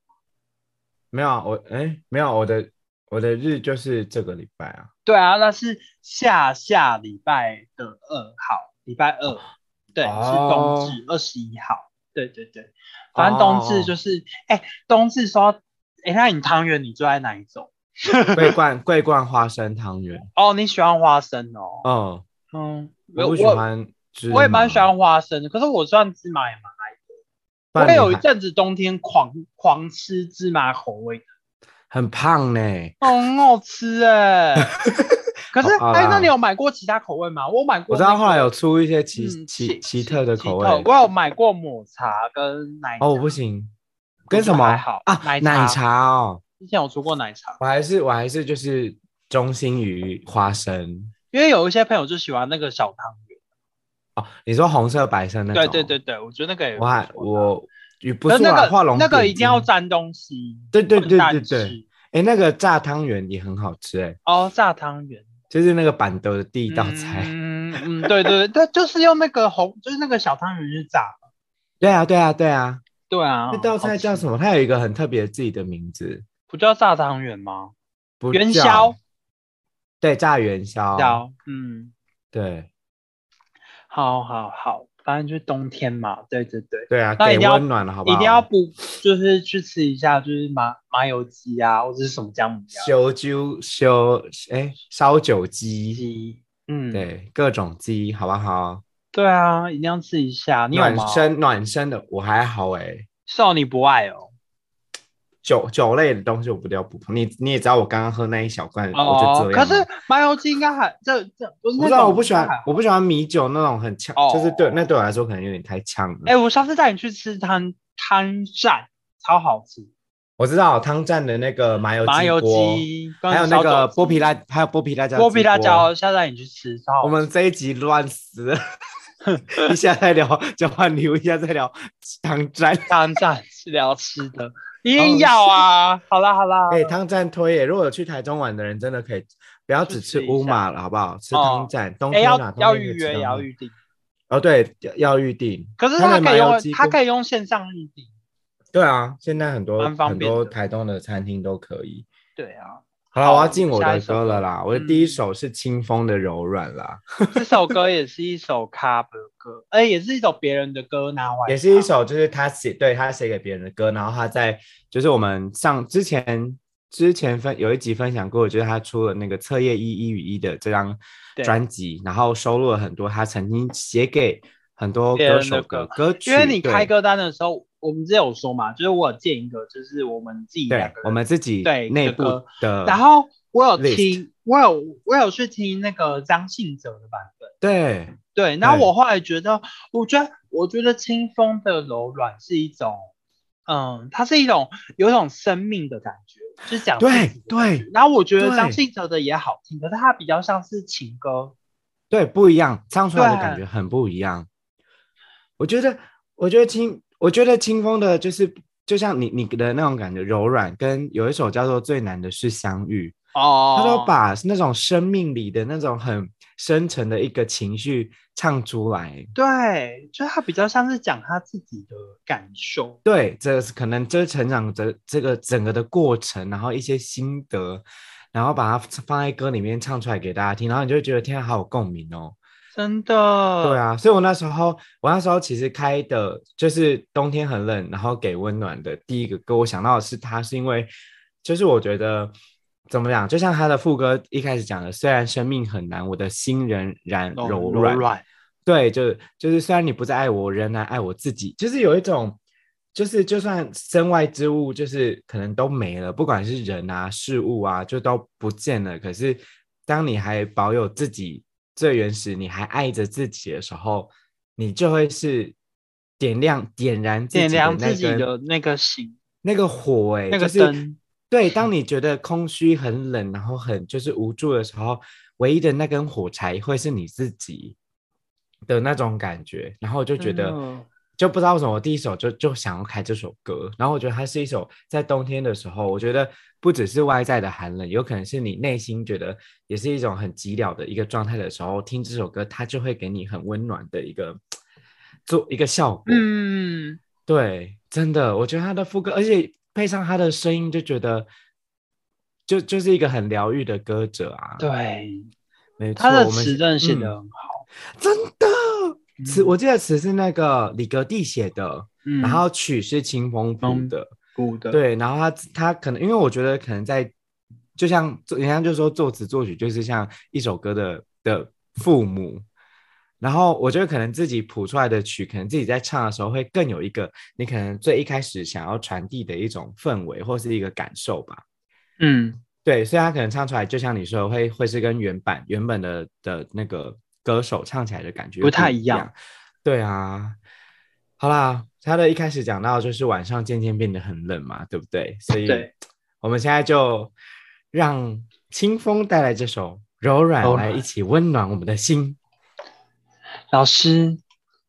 没有啊，我哎没有我的我的日就是这个礼拜啊，对啊，那是下下礼拜的二号，礼拜二，对，哦是冬至二十一号。对对对，反正冬至哦就是，哎、冬至说，哎、那你汤圆你最爱哪一种？桂冠桂冠花生汤圆，哦，你喜欢花生哦。嗯。嗯，我不喜我欢，芝麻我也蛮喜欢花生的，可是我算芝麻也蛮爱。不我然可以你有一还阵子冬天狂狂吃芝麻口味的，很胖呢、哦很好吃 哎、可是好哎、啦那你有买过其他口味吗？我买过、我知道后来有出一些那奇个嗯奇奇特的奇口特味。我有买过抹茶跟奶茶哦，我不行，跟觉什得么还好啊？奶奶茶茶哦，之前有出过奶茶，我还是我还是就是中心于花生因为有一些朋友就喜欢那个小汤圆。哦。你说红色白色那种？对对对，对，我觉得那个也我还不错我也不可是错那啊，个画龙那个点一定要睛沾东西，对对不对单对对吃哎、那个炸汤圆也很好吃哎、哦，炸汤圆就是那个板豆的第一道菜。嗯嗯，对对对，它就是用那个红，就是那个小汤圆去炸。对啊，对啊，对啊。对啊，那道菜叫什么？么？它有一个很特别自己的名字，不叫炸汤圆吗？不元叫宵。对，炸元宵。叫嗯，对好好好，反正就是冬天嘛，对对对，对啊，那一给定要温暖了，好不好？一定要不就是去吃一下，就是麻麻油鸡啊，或者是什么姜母鸭修酒修哎烧酒鸡，鸡，嗯，对，各种鸡，好不好？对啊，一定要吃一下。你有暖吗？身暖身的我还好哎、少你不爱哦，酒酒类的东西我不掉不碰，你你也知道我刚刚喝那一小罐，哦我就，这可样。是麻油鸡应该还这这不是我不那知道，种，我不喜欢应该还好，我不喜欢米酒那种很呛，哦就是对那对我来说可能有点太呛了。哎、我上次带你去吃汤汤站，超好吃，我知道汤站的那个麻油麻油锅，鸡，还有那个剥皮辣，还有剥皮辣椒，剥皮辣。椒，下次带你去吃，超好我吃。们这一集乱死了， 一下在聊交换礼物，一下在聊 汤站。汤站是聊吃的，一哦定要啊！ 好啦好啦，哎、汤站推耶！如果有去台中玩的人，真的可以不要只去吃吃一下乌马了，好不好？吃汤站，冬哎天啊，要冬天要可以预吃约，汤也要站预定。哦，对，要要预定。可是它他的可麻以油用鸡他锅可以用线上预定。对啊，现在很多蛮方很便的多台东的餐厅都可以。对啊，好了，好我要进我下的一首嗯歌歌了啦。我的第一首是清风的柔软啦，这首歌也是一首 cover 歌，哎，也是一首别人的歌拿回来，也是一。首就是他写对他写给别人的歌，然后他在就是我们上之前之前分有一集分享过，就是他出了那个彻夜一一与一的这张对专辑，然后收录了很多他曾经写给很多别歌人的手歌歌曲。因为你开对歌单的时候，我们之前有说嘛，就是我有建一个，就是我们自己两对个人我们自己对内这部个的，然后我有呃 list 听，我有我有去听那个张信哲的版本。对对，那对我后来觉得，我觉得，我觉得清风的柔软是一种，嗯，它是一种有一种生命的感觉，就是讲对自己的对感觉。然后我觉得对张信哲的也好听，可是它比较像是情歌。对，不一样，唱出来的感对觉很不一样。我觉得，我觉得清，我觉得清风的，就是就像你你的那种感觉柔软，跟有一首叫做《最难的是相遇》，哦，他都把那种生命里的那种很深沉的一个情绪唱出来。对，就是他比较像是讲他自己的感受。对，这是可能这成长的这个整个的过程，然后一些心得，然后把它放在歌里面唱出来给大家听，然后你就会觉得天啊，好有共鸣哦。真的，对，啊，所以我那时候，我那时候其实开的就是冬天很冷，然后给温暖的第一个歌，我想到的是它，是因为就是我觉得怎么讲，就像它的副歌一开始讲的，虽然生命很难，我的心仍然柔哦柔软。对，就就是虽然你不再爱我，我仍然爱我自己，就是有一种。就是，就算身外之物，就是可能都没了，不管是人啊、事物啊，就都不见了。可是，当你还保有自己最原始，你还爱着自己的时候，你就会是点亮、点燃自己点的亮那自己根的那个心，那个火、欸，那个就是灯对，当你觉得空虚、很冷，然后很就是无助的时候，唯一的那根火柴会是你自己的那种感觉。然后我就觉真得的，哦就不知道为什么，我第一首就就想要开这首歌。然后我觉得它是一首在冬天的时候，我觉得不只是外在的寒冷，有可能是你内心觉得也是一种很寂寥的一个状态的时候，听这首歌，它就会给你很温暖的一个做一个效果。嗯，对，真的，我觉得他的副歌，而且配上他的声音，就觉得就就是一个很疗愈的歌者啊。，对，没错，他的我们词真的写的嗯很好。真的词，嗯我记得词是那个李格弟写的，嗯然后曲是清风谱嗯的。鼓的，对，然后他他可能因为我觉得可能在就像人家就说作词作曲就是像一首歌的的父母，然后我觉得可能自己谱出来的曲，可能自己在唱的时候会更有一个你可能最一开始想要传递的一种氛围或是一个感受吧。嗯，对，所以他可能唱出来，就像你说的，会会是跟原版原本的的那个歌手唱起来的感觉不太一一样。对啊，好啦，他的一开始讲到就是晚上渐渐变得很冷嘛，对不对？所以对我们现在就让清风带来这首《柔软》柔来软一起温暖我们的心。老师，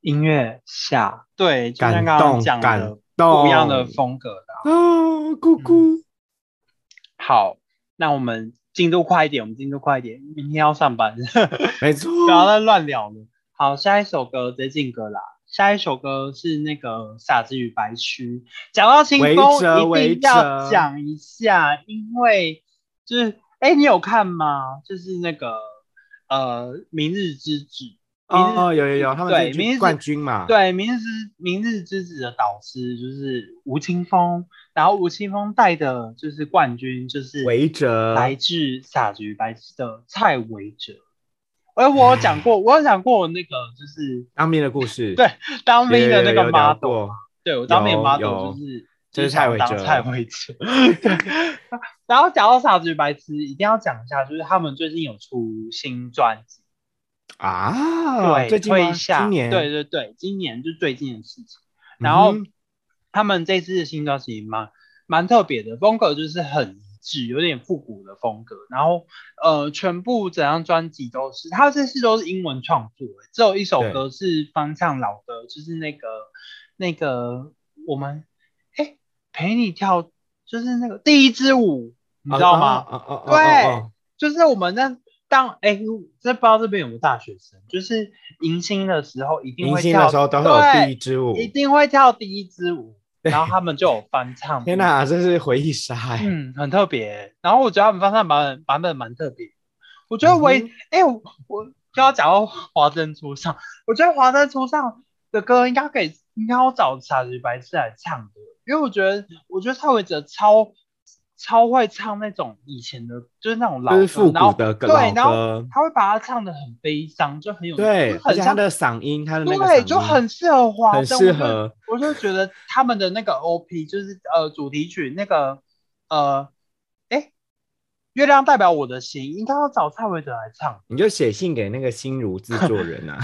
音乐下，对，就像感刚刚动，讲感的动，不一样的风嗯格的。啊，姑姑。好，那我们进度快一点，我们进度快一点，明天要上班，不没错，要再乱聊了。好，下一首歌直接进歌啦。下一首歌是那个《夏之与白痴》。讲到清围着风，一围定要着讲一下，因为就是，哎，你有看吗？就是那个呃，《明日之子》。明日哦哦，有有有，他对们明日是冠军嘛？，对，明日之明日之子的导师就是吴青峰，然后吴青峰带的就是冠军，就是围着来自傻菊白痴的蔡维哲。而我有讲过，我有讲过那个就是当兵的故事，对当有，兵的那有有个有聊 model，过，对我当兵的有 model 有就是就是蔡维想当哲蔡维哲。对然后讲到傻菊白痴，一定要讲一下，就是他们最近有出新专辑，啊，对，最近推吗？一下，今年对，对对，今年就最近的事情。嗯然后哼他们这次的新专辑蛮蛮特别的，风格就是很一致，有点复古的风格。然后呃，全部整张专辑都是，它这次都是英文创作，欸只有一首对歌是翻唱老歌，就是那个那个我们哎陪你跳，就是那个第一支舞，你知道吗？哦？哦哦哦，对哦就是我们那当哎，这不知道这边有没有大学生，就是迎新的时候一定迎会新跳，的时候都会有第对，一支舞，一定会跳第一支舞，然后他们就有翻唱。天哪，这是回忆杀哎！嗯，很特别。然后我觉得他们翻唱版本版本蛮特别。我觉得唯嗯哎、我我就要讲到华灯初上，我觉得华灯初上的歌应该可以，应该要找傻子白痴来唱的，因为我觉得我觉得蔡伟哲超超会唱那种以前的，就是那种老就歌，是复然后古的歌，对，然后歌，他会把它唱的很悲伤，就很有对，很而且他像的嗓音，他的那个嗓对，音就很适合华灯，很适合。我就。我就觉得他们的那个 OP 就是呃主题曲那个呃，哎，月亮代表我的心，应该要找蔡维德来唱你就写信给那个心如制作人啊，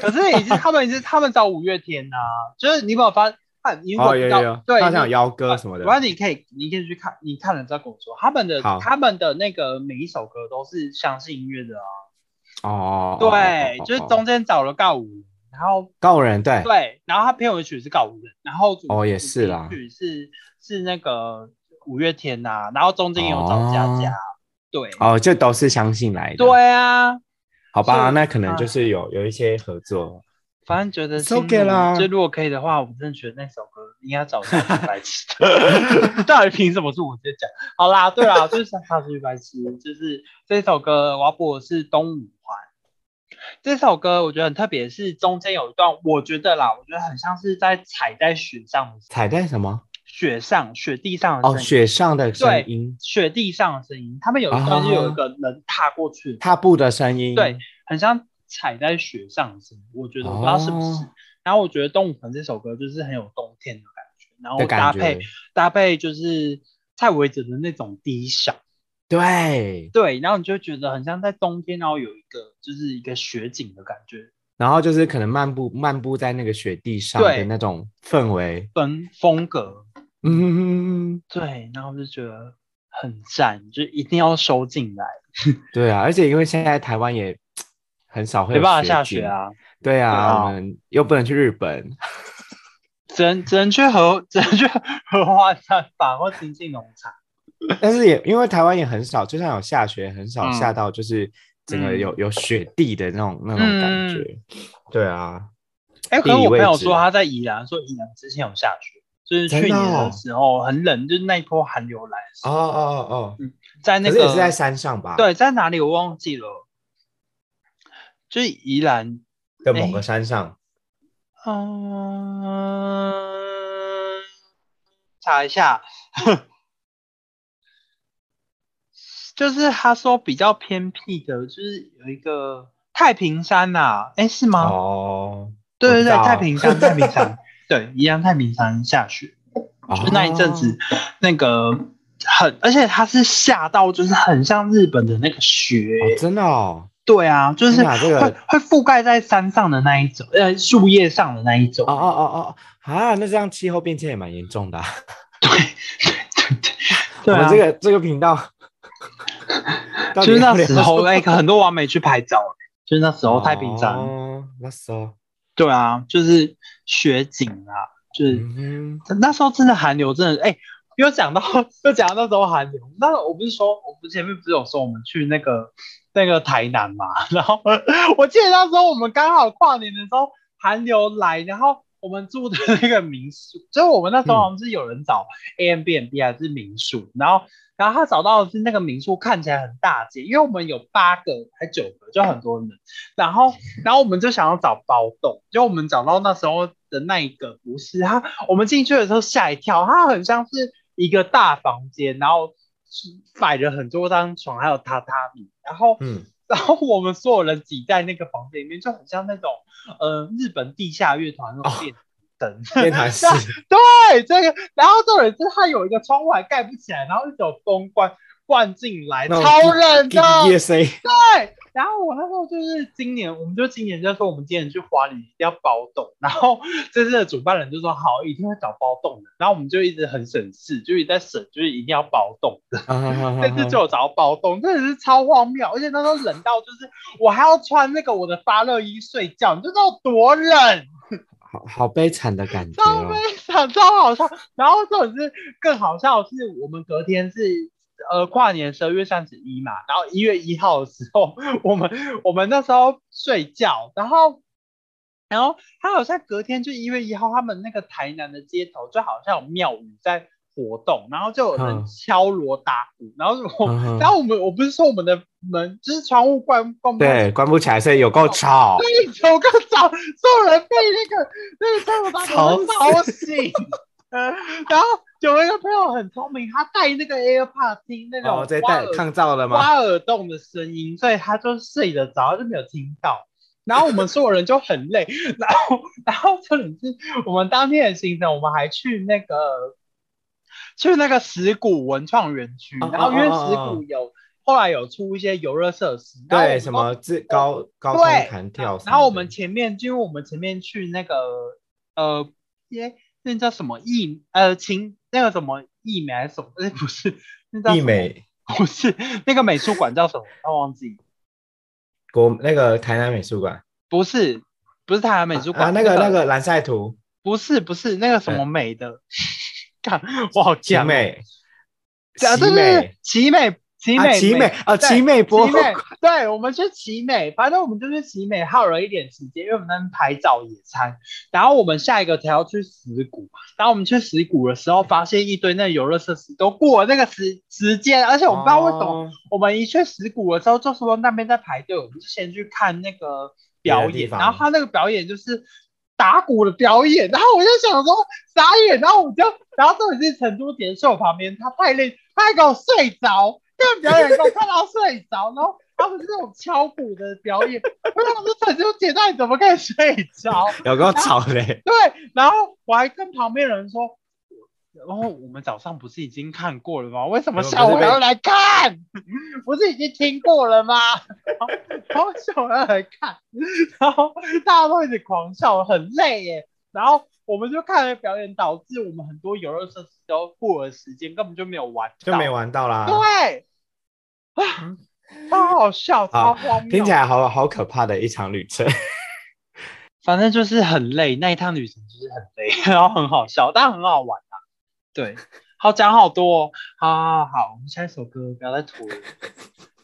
可是已经他们已经他们找五月天呐、就是你有没有发？啊， 你如果哦，不有知道有有，对，他好像有你邀歌什么的我，让你可以，你可以去看，你看了再跟我说。他们的好他们的那个每一首歌都是相信音乐的啊，哦，对，哦就是哦哦中间找了告五，然后告人，对，对，然后他片尾曲是搞五人，然后主哦也主是题啦曲是是那个五月天呐、然后中间有找佳佳，哦对、哦，这都是相信来的，，对啊，好所吧，以那可能啊就是有有一些合作，反正觉得 It's 心里 okay 啦就如果可以的话，我真的觉得那首歌应该找夏之白痴的， 到底凭什么是我直接讲？好啦，对啦，就是夏之白痴，就是这首歌我要播的是《东五环》。这首歌我觉得很特别，是中间有一段，我觉得啦，我觉得很像是在踩在雪上的踩在什么？雪上雪地上的哦，声音雪上的对声音，雪地上的声音，他们有一啊段就有一个人踏过去，踏步的声音，对，很像踩在雪上的声音。我觉得我不知道是不是。哦然后我觉得《动物城》这首歌就是很有冬天的感觉，然后的搭感配觉，搭配就是蔡维哲的那种低响，对，对，然后你就觉得很像在冬天，然后有一个就是一个雪景的感觉，然后就是可能漫步漫步在那个雪地上对的那种氛围，风风格，嗯，对，然后就觉得很赞，就一定要收进来，对啊，而且因为现在台湾也很少会没有办法下景雪，啊。对对啊啊，我们又不能去日本，只能只能去荷，只能去荷花山吧，或亲近农场。但是也因为台湾也很少，就算有下雪，很少嗯下到就是整个有、有雪地的那种那种嗯感觉。对啊，哎、可是地理我朋位友置说啊他在宜兰，说宜兰之前有下雪，就是真去的年的哦时候很冷，就是那一波寒流来的时哦候，哦哦，在可那是也个是在山上吧？，对，在哪里我忘记了，就是宜兰，的某个山上。嗯、查一下，就是他说比较偏僻的，就是有一个太平山呐、哎，是吗？哦，对对我知对，道太平 山，太平山，对，宜兰太平山下雪，就是那一阵哦子，那个很，而且它是下到就是很像日本的那个雪，欸哦，真的哦，对啊，就是天哪这会、个会覆盖在山上的那一种，呃，树叶上的那一种。哦哦哦哦，啊，那这样气候变迁也蛮严重 的啊、对我啊，，们这个这个频道就是那时候，哎、很多网美去拍照、欸就是那时候太平山，哦，那时候，对啊，就是雪景啊，就是。嗯哼，那时候真的寒流真的哎、又讲到 又讲到那时候寒流，那我不是说我不是前面不是有说我们去那个那个台南嘛，然后我记得那时候我们刚好跨年的时候寒流来，然后我们住的那个民宿，就是我们那时候好像是有人找 A M B N B 还是民宿，然后然后他找到的是那个民宿看起来很大间，因为我们有八个还九个，就很多人，然后然后我们就想要找包栋，就我们找到那时候的那一个不是他，我们进去的时候吓一跳，它很像是一个大房间，然后是摆着很多张床，还有榻榻米，然后 嗯，然后我们所有人挤在那个房间里面，就很像那种呃日本地下乐团哦那种电灯。电台式，对，这个，然后重点是它有一个窗户还盖不起来，然后一种风灌灌进来，那种超冷滴滴的夜。 声，对，然后我那时候就是今年，我们就今年就说我们今年去花莲一定要包栋，然后这次的主办人就说好，一定会找包栋的，然后我们就一直很省事，就一直在省，就是一定要包栋的。啊这次就有找到包栋，真的是超荒谬，而且那时候冷到就是我还要穿那个我的发热衣睡觉，你就知道多冷。好好悲惨的感觉超哦悲，惨，超好笑。然后这种是更好笑的是，我们隔天是呃跨年十二月三十一嘛，然后一月一号的时候，我们我们那时候睡觉，然后然后他好像隔天就一月一号，他们那个台南的街头就好像有庙宇在活动，然后就有人嗯敲锣打鼓，然后我、嗯哼然后我们我不是说我们的门就是窗户关关不上对，关不起来，所以有够吵，对，有个早，所有人被那个那个太阳打鼓吵醒。呃 然后有一个朋友很聪明，他戴那个 AirPod 听那种哦，这挖带耳抗噪了吗？挖耳洞的声音，所以他就睡得着，他就没有听到。然后我们所有人就很累， 然后然后重点是我们当天的行程，我们还去那个去那个石鼓文创园区，哦然后因为哦哦石哦鼓有后来有出一些游乐设施，然后我对，们什都么自高高空对弹跳什么的，然后我们前面，因为我们前面去那个呃，耶，那叫什么艺呃情那个什么艺美还是什么？哎，不是，那叫艺什么美 不是那个美术馆叫什么？我忘记，国那个台南美术馆，不是，不是台南美术馆、啊，那个那个蓝晒图，不是不是那个什么美的， 看我好奇强，美，啊，奇对对对美，，奇美奇啊，美奇美啊，对奇美博奇物美馆，，对，我们去奇美，反正我们就去奇美耗了一点时间，因为我们在那边拍照野餐，然后我们下一个才要去石鼓，然后我们去石鼓的时候，发现一堆那游乐设施都过了那个时时间，而且我不知道为什么，哦我们一去石鼓的时候，就说那边在排队，我们就先去看那个表别的地演，方然后他那个表演就是。打鼓的表演，然后我就想说傻眼，然后我就，然后这里是成都点秀旁边，他太累，他还给我睡着，看表演给我看到睡着，然后他们是那种敲鼓的表演，我想说成都姐到底怎么可以睡着？有够吵 嘞，对，然后我还跟旁边人说，然后我们早上不是已经看过了吗？为什么下午还要来看？ 不是已经听过了吗？然后下午要来看，然后大家都一直狂笑，很累耶。然后我们就看了表演，导致我们很多游乐设施都过了时间，根本就没有玩到，就没玩到啦，对，啊嗯，超好笑，超好荒谬。听起来好好可怕的一场旅 程，反正就是很累，那一趟旅程就是很累， 然后很好笑，但很好玩啊。对，好讲好多、哦，好好好，我们下一首歌不要再拖了。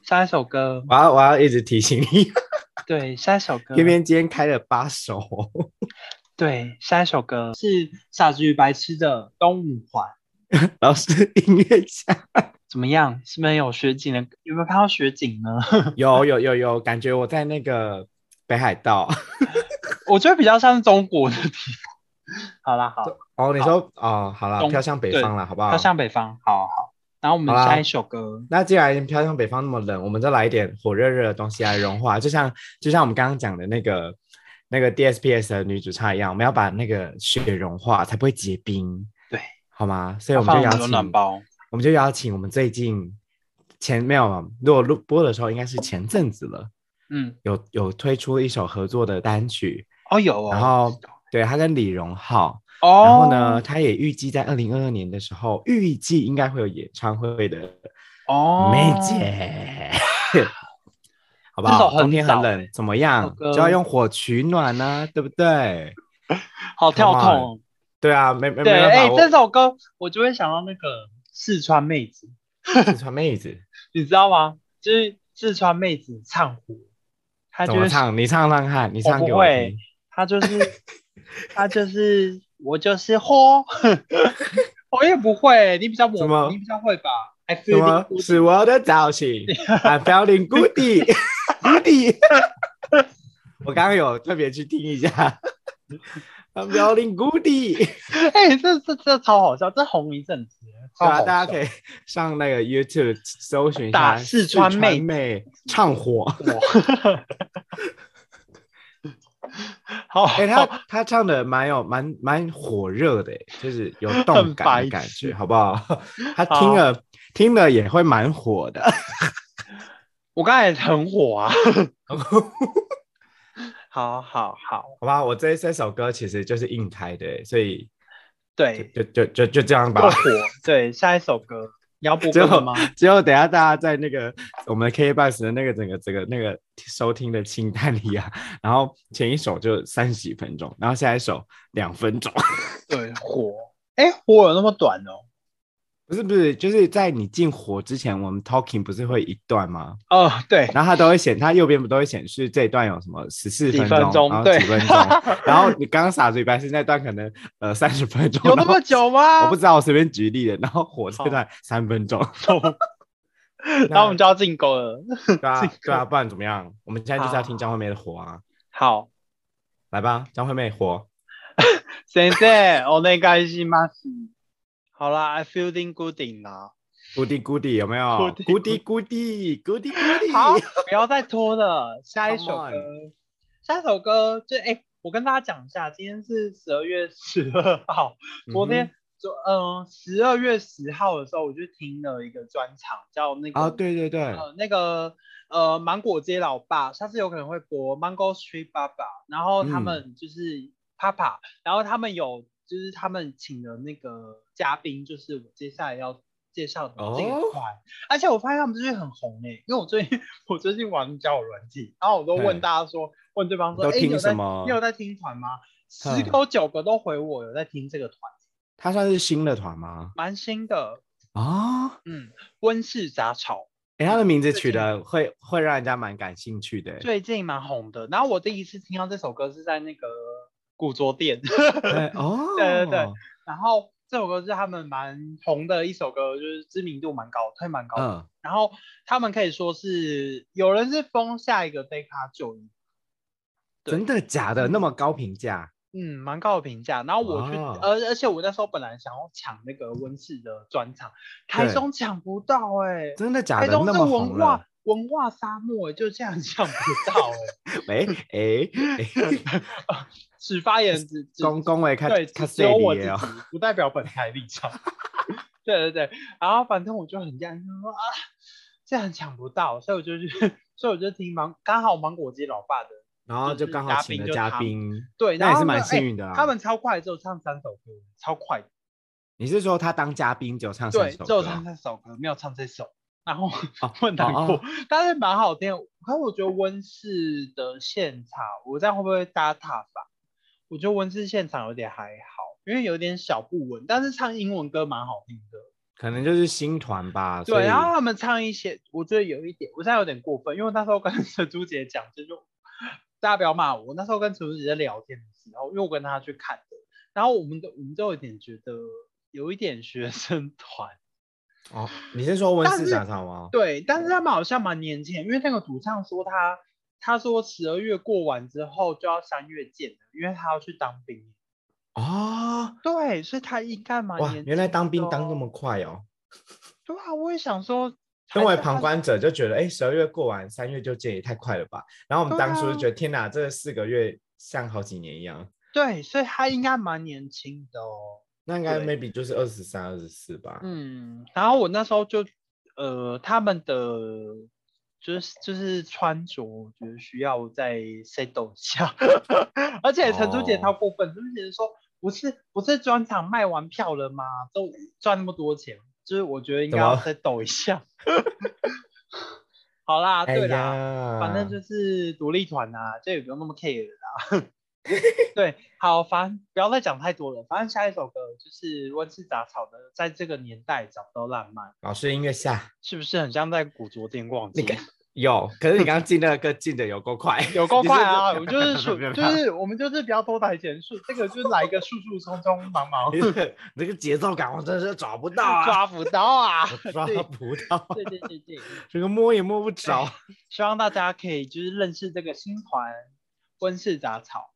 下一首歌，我要我要一直提醒你，对，下一首歌，偏 偏今天开了八首哦，对，下一首歌是傻子与白痴的《东五环》，老师音乐 家，怎么样？是不是有雪景的？有没有看到雪景呢？ 有有有有，感觉我在那个北海道，我觉得比较像是中国的地方。好啦，好，哦，你说哦，好了，东飘向北对方了，好不好？它向北方，好好。然后我们好啦下一首歌，那既然飘向北方那么冷，我们就来一点火热热的东西来融化，就像就像我们刚刚讲的那个那个 DSPS 的女主唱一样，我们要把那个雪融化，才不会结冰，对，好吗？所以我们放就邀暖请，暖包，我们就邀请我们最近前没有，如果录播的时候应该是前阵子了，嗯，有有推出一首合作的单曲，哦有哦，然后对他跟李荣浩，哦，然后呢，，他也预计在二零二二年的时候，预计应该会有演唱会的哦，梅姐， 好不这首好？很冬天很早冷，怎么这样首？歌就要用火取暖呢、对不对？好跳 Come 痛哦，对啊，没没没对，哎、办法，这首歌我就会想到那个四川妹子，我四川妹子你知道吗？就是四川妹子唱火，她怎就么是唱？你唱唱看，你我唱不给我会听。 她就是她就是我就是火， 我也不会，你比较什么我你比较会吧？I 什 feel 么 it，是我的 造型？I'm feeling goody，goody。我刚刚有特别去听一下 ，I'm feeling goody。 哎、这这这超好笑，这红一阵子，超对好啊，笑。大家可以上那个 YouTube 搜寻一下打四川妹妹妹唱火。哇 好，哎、他他唱的蛮有蛮蛮火热的，欸就是有动很感白的感痴觉，好不好？他听了听了也会蛮火的。 我刚才很火啊。 好好好，好吧，我这这首歌其实就是硬开的，欸所以就对，就就就就这样够吧。 火。对，下一首歌，你要播最歌后了吗？只有等一下大家在那个我们 K Bus 的那个整个整个那个收听的清单里啊，然后前一首就三十几分钟，然后下一首两分钟， 对，火。哎，火有那么短哦？不是不是，就是在你进火之前，我们 talking 不是会一段吗？哦，对， 然后它都会显，它右边不都会显示这一段有什么十四几分分钟然后对几 分钟，然后你刚刚傻嘴白是那段可能呃三十分钟，有那然后么久吗？哦我不知道，我随便举例的，然后火这好段三分 钟，然后我们就要进攻了。对啊这个哦对啊，不然怎么样？我们现在就是要好听张惠妹的火啊，好，来吧，张惠妹火。先生，お願いします。好啦，I feeling good 啦。咕滴咕滴有没有？咕咕滴滴咕滴咕滴咕滴。 好，不要再拖了，下一 Come 首歌，下一首歌就哎、我跟大家讲一下，今天是十二月十二号， 昨嗯天昨嗯十二月十号的时候，我就听了一个专场，叫那个啊，对对对，呃那个呃芒果街老爸，下次有可能会播 Mango Street Baba，然后他嗯们就是啪啪，然后他们有就是他们请的那个嘉宾，就是我接下来要介绍的这哦一块，而且我发现他们最近很红诶、因为我最近 我最近玩交友软件，然后我都嘿问大家说，问对方说，都哎、听你有什在么你有在听团吗？十嗯个有九个都回我有在听这个团，他算是新的团吗？蛮新的，啊，嗯，温室杂草。哎，他的名字最取近的会会让人家蛮感兴趣的。最近蛮红的。然后我第一次听到这首歌是在那个古着店，哎，哦，对对对， 然后这首歌是他们蛮红的一首歌，就是知名度蛮高，推蛮高的。嗯，然后他们可以说是有人是封下一个 day 卡九一，对真的假的？嗯那么高评价？嗯，蛮高的评价。然后我去，哇而、而且我那时候本来想要抢那个温室的专场，台对中抢不到哎、真的假台的？中那是么文红了化？文化沙漠、欸，就这样抢不 到哎、喂 哎，此发言只只公公维看对，只看只谁有我自的己哦？，不代表本台立场。 对对对，然后反正我就很讶异，就说啊，这样抢不到，所以我就去， 所以我就听芒，刚好芒果街老爸的，然后就就是刚嘉好请宾了就嘉他们宾，对，那然也后他是们蛮幸运的哎啊。他们超快，只有唱三首歌，超快的，你是说他当嘉宾只有唱三对，首只有歌？啊唱三首歌，没有唱这首，然后哦我很难哦哦过，但是蛮好听的。可是我觉得温室的现场，我这样会不会搭踏法？我觉得温室现场有点还好，因为有点小不稳，但是唱英文歌蛮好听的。可能就是新团吧。所对，啊以然后他们唱一些，我觉得有一点，我现在有点过分，因为我那时候跟陈朱姐讲，就是大家不要骂我，我那时候跟陈朱姐在聊天的时候，因为我跟她去看的，然后我们都我们都有点觉得有一点学生团，哦，你是说温但室是杂草吗？对，但是他们好像蛮年轻的，因为那个主唱说他他说十二月过完之后就要三月见了，因为他要去当兵，哦，对，所以他应该蛮哇年轻，原来当兵当那么。么快哦，对啊，我也想说，身为还是旁他观者就觉得，哎，十二月过完，三月就见，也太快了吧。然后我们对当初就觉啊得，天哪，这四个月像好几年一样。对，所以他应该蛮年轻的哦。那应该对 maybe 就是二十三、二十四吧。嗯，然后我那时候就，呃，他们的就是就是穿着，我觉得需要再 settle 一下。 而且陈竹姐哦超过分，陈竹姐说不是不是专场卖完票了吗？都赚那么多钱，就是我觉得应该怎么要 settle 一下。 好啦，啊对啦，哎呀反正就是独立团啊，这也不用那么 care 啦。 对，好，反不要再讲太多了。反正下一首歌就是温室杂草的，在这个年代找到浪漫，老师音乐下是不是很像在古着店逛街那？个有，可是你刚刚进那个歌进的有够快， 有够快啊！你我是就是数，没有就没有，是我们就是不要多台前数，这个就是来一个速速匆匆忙忙你这那个节奏感我真的是找不到 啊，抓不到 啊！我抓不到，对对对对，这个摸也摸不着。希望大家可以就是认识这个新团温室杂草，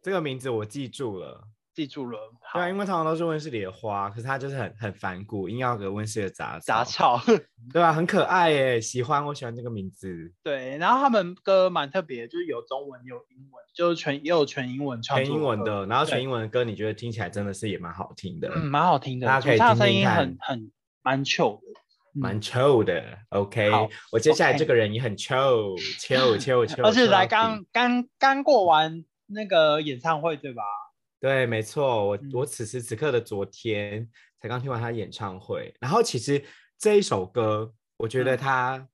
这个名字我记住了，记住了，好对啊，因为通常都是温室里的花，可是它就是很很反骨，硬要有个温室的杂杂草，草。对啊，很可爱耶，喜欢，我喜欢这个名字，对，然后他们歌蛮特别，就是有中文，有英文，就是全也有全英文唱，全英文，的，然后全嗯对英文的歌，你觉得听起来真的是也蛮好听的，嗯，蛮好听的，大家可主以唱的声听听音看很很蛮 chill 的，嗯蛮 chill 的。OK，好我接下来 OK 这个人也很 chill chill chill chill，而且才 chill 刚刚刚过完那个演唱会对吧？对，没错，我嗯我此时此刻的昨天才刚听完他演唱会，然后其实这一首歌，我觉嗯得他、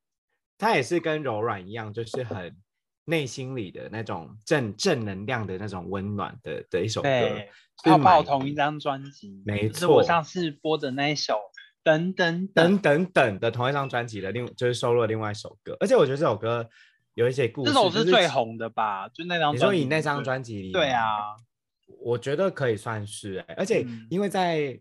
他也是跟柔软一样，就是很内心里的那种正正能量的那种温暖的的一首歌，对，是泡泡买同一张专辑，没就是我错上次播的那一首，等等等，等等的同一张专辑的另就是收录了另外一首歌，而且我觉得这首歌有一些故事，这首就是最。红的吧？就那张你专说辑，以那张专辑里，对，啊，我觉得可以算是、欸，而且嗯因为在、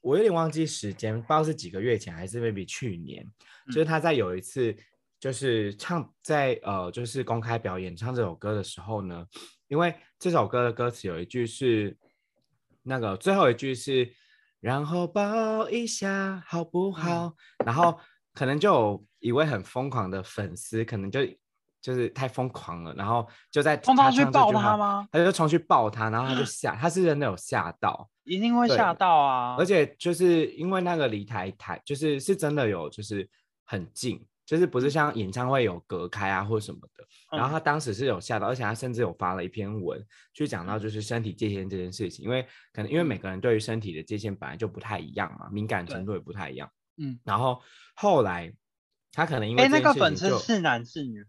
我有点忘记时间，不知道是几个月前还是 maybe 去年，就嗯是他在有一次就是唱在呃就是公开表演唱这首歌的时候呢，因为这首歌的歌词有一句是那个最后一句是然后抱一下好嗯不好，然后可能就有一位很疯狂的粉丝，可能就。就是太疯狂了，然后就在冲他他去唱这抱句他话吗？他就冲去抱他，然后嗯他就吓，他是真的有吓到，一定会对吓到啊！而且就是因为那个离台台，就是是真的有，就是很近，就是不是像演唱会有隔开啊或什么的。然后嗯他当时是有吓到，而且他甚至有发了一篇文去嗯讲到就是身体界限这件事情，因为可能因为每个人对于身体的界限本来就不太一样嘛，敏感对程度也不太一样。嗯，然后后来他可能因为哎，那这件个事粉情丝就是男是女？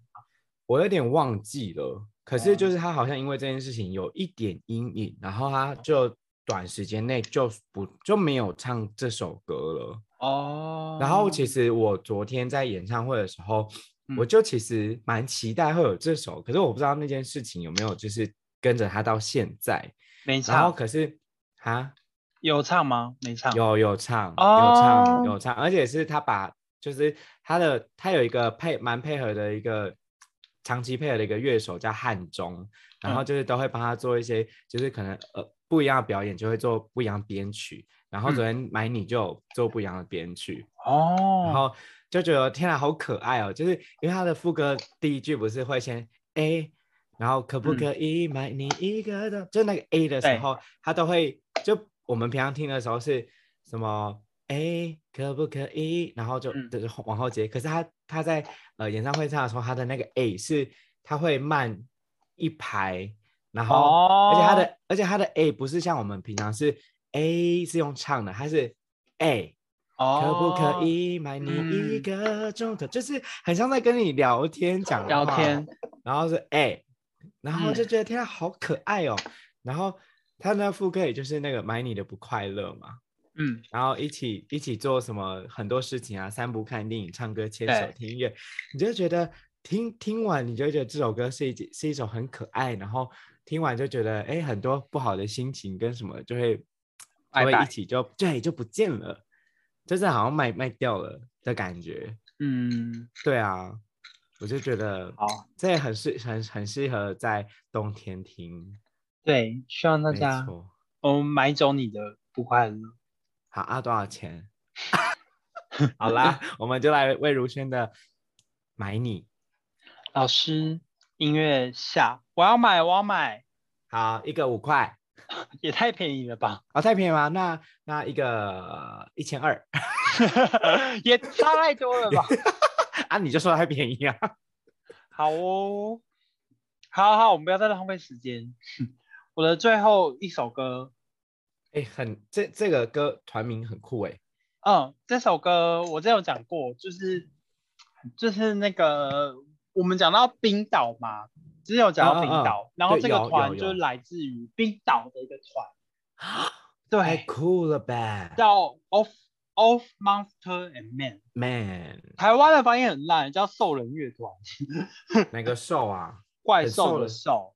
我有点忘记了，可是哦就是他好像因为这件事情有一点阴影，然后他就短时间内就不就没有唱这首歌了。哦，然后其实我昨天在演唱会的时候，嗯我就其实蛮期待会有这首，可是我不知道那件事情有没有就是跟着他到现在。没然后唱，可是啊，有唱吗？没唱，有有唱，有哦唱，有唱，而且是他把就是他的他有一个配蛮配合的一个长期配合的一个乐手叫汉中，然后嗯就是都会帮他做一些就是可能呃不一样的表演，就会做不一样的编曲。嗯然后昨天买你就有做不一样的编曲，哦，然后就觉得天啊好可爱哦，就是因为他的副歌第一句不是会先 A。然后可不嗯可以买你一个的？就那个 A 的时对候，他都会就我们平常听的时候是什么？哎，可不可以？然后就嗯就是往后接。可是他他在呃演唱会上的时候，他的那个 A 是他会慢一排，然后、哦而且他的而且他的 A 不是像我们平常是 A 是用唱的，他是 A 可不可哦以买你一嗯个钟头？就是很像在跟你聊天讲聊话天？然后是哎、然后嗯就觉得天啊，好可爱哦。然后他那副歌也就是那个买你的不快乐嘛，嗯，然后一起一起做什么很多事情啊，散步、看电影、唱歌、牵对手、听音乐，你就觉得听听完，你就会觉得这首歌是一是一首很可爱，然后听完就觉得哎，很多不好的心情跟什么就会拜就会拜一起就对就不见了，就是好像卖卖掉了的感觉。嗯，对啊，我就觉得好，这也很适很很适合在冬天听，对，希望大没家错。我们买走你的不快乐。好啊，多少钱？ 好啦， 我们就来魏如萱的《买你》。老师，音乐下，我要买，我要买，好，一个五块，也太便宜了吧， 哦，太便宜了吗？那那一个一千二 也差太多了吧。啊，你就说太便宜啊？好哦，好好，我们不要再浪费时间。 我的最后一首歌，哎、很这这个歌团名很酷哎、嗯，这首歌我之前有讲过，就是就是那个我们讲到冰岛嘛，之前有讲到冰岛，然后嗯对这个有团有就有是来自于冰岛的一个 团，太对，酷了吧叫 Off Off Monster and Man， ，Man，台湾的翻译很烂，叫兽人乐团，哪个兽啊？怪很兽兽的人兽，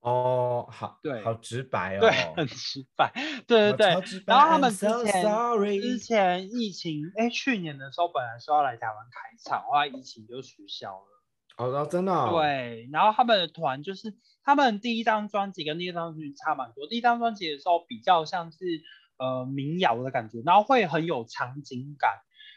哦，好，对好直白哦，对，很失败，对我对对超，直白然后他们 I'm 之 so 前 sorry 之前疫情，哎，去年的时候本来说要来台湾开唱，后来疫情就取消了。哦，哦真的、哦，，对，然后他们的团就是他们第一张专辑跟第二张专辑差蛮多。第一张专辑的时候比较像是呃民谣的感觉，然后会很有场景感，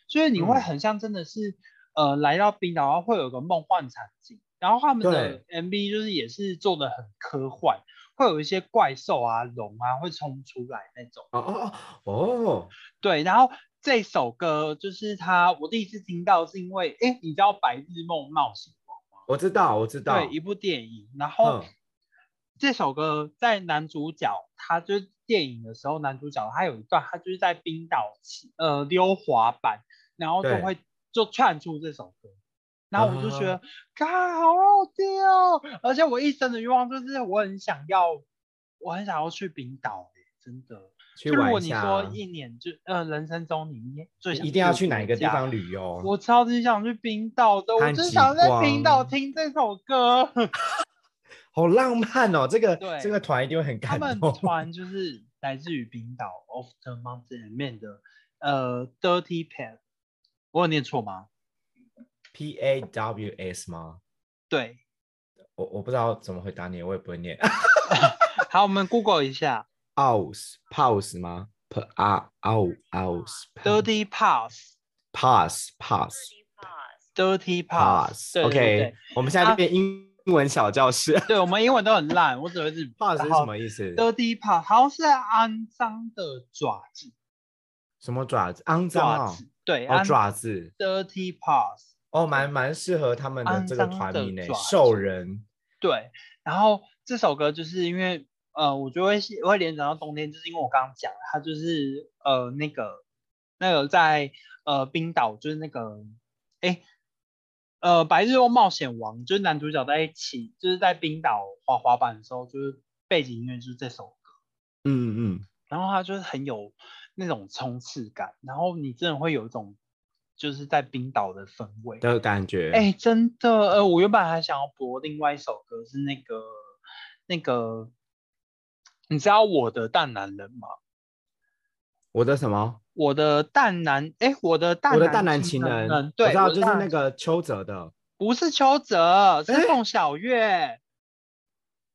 所以你会嗯很像真的是、呃来到冰岛，然后会有个梦幻场景。然后他们的 MV 就是也是做的很科幻，会有一些怪兽啊、龙啊会冲出来那种。哦哦哦哦，对，然后这首歌就是他，我第一次听到是因为，哎，你知道《白日梦冒险王》我知道，我知道，对，一部电影。然后、嗯这首歌在男主角他就是电影的时候，男主角他有一段，他就是在冰岛骑呃溜滑板，然后就对会就串出这首歌。然后我就觉啊得，嘎、好好听哦！而且我一生的愿望就是，我很想要，我很想要去冰岛、欸，真的。去就如玩果一你下说啊，一年就呃人生中你一最你想一定要的去哪一国个地家？方旅游？我超级想去冰岛的，我看就极想在冰岛光听这首歌。好浪漫哦，这个对这个团一定会很他感们动。团就是来自于冰岛 Of the Mountain 里面的呃 Dirty Pad，我有念错吗？ P A W S 吗？对，我我不知道怎么回答你，我也不会念。好，我们 Google 一 下 Pause pause 吗？P R O Pause Dirty Pass。 pass pass Dirty Pass， pass。对对对啊 OK，我们现在变英文小 教室。对对我们英文都很烂，我只会是 pass 是什么意思？ ？Dirty Pass 好像是肮脏的爪子，什么爪子？肮脏爪哦子，对，哦肮爪子 Dirty Pass，哦，蛮蛮适合他们的这个团肮脏名的呢爪。子兽人对，然后这首歌就是因为呃，我就会是我会联想到冬天，就是因为我刚刚讲了，它就是呃那个那个在呃冰岛，就是那个哎呃《白日梦冒险王》，就是男主角在骑就是在冰岛滑滑板的时候，就是背景音乐就是这首歌，嗯嗯，然后它就是很有那种冲刺感，然后你真的会有一种就是在冰岛的氛围。的感觉。哎、真的，呃，我原本还想要播另外一首歌，是那个那个，你知道我的淡男人吗？我的什么？我的淡男，哎、我的淡我的男淡男情情人，嗯对，我知道我的就是淡男那个邱泽的。哦不是邱泽，是哎凤小岳。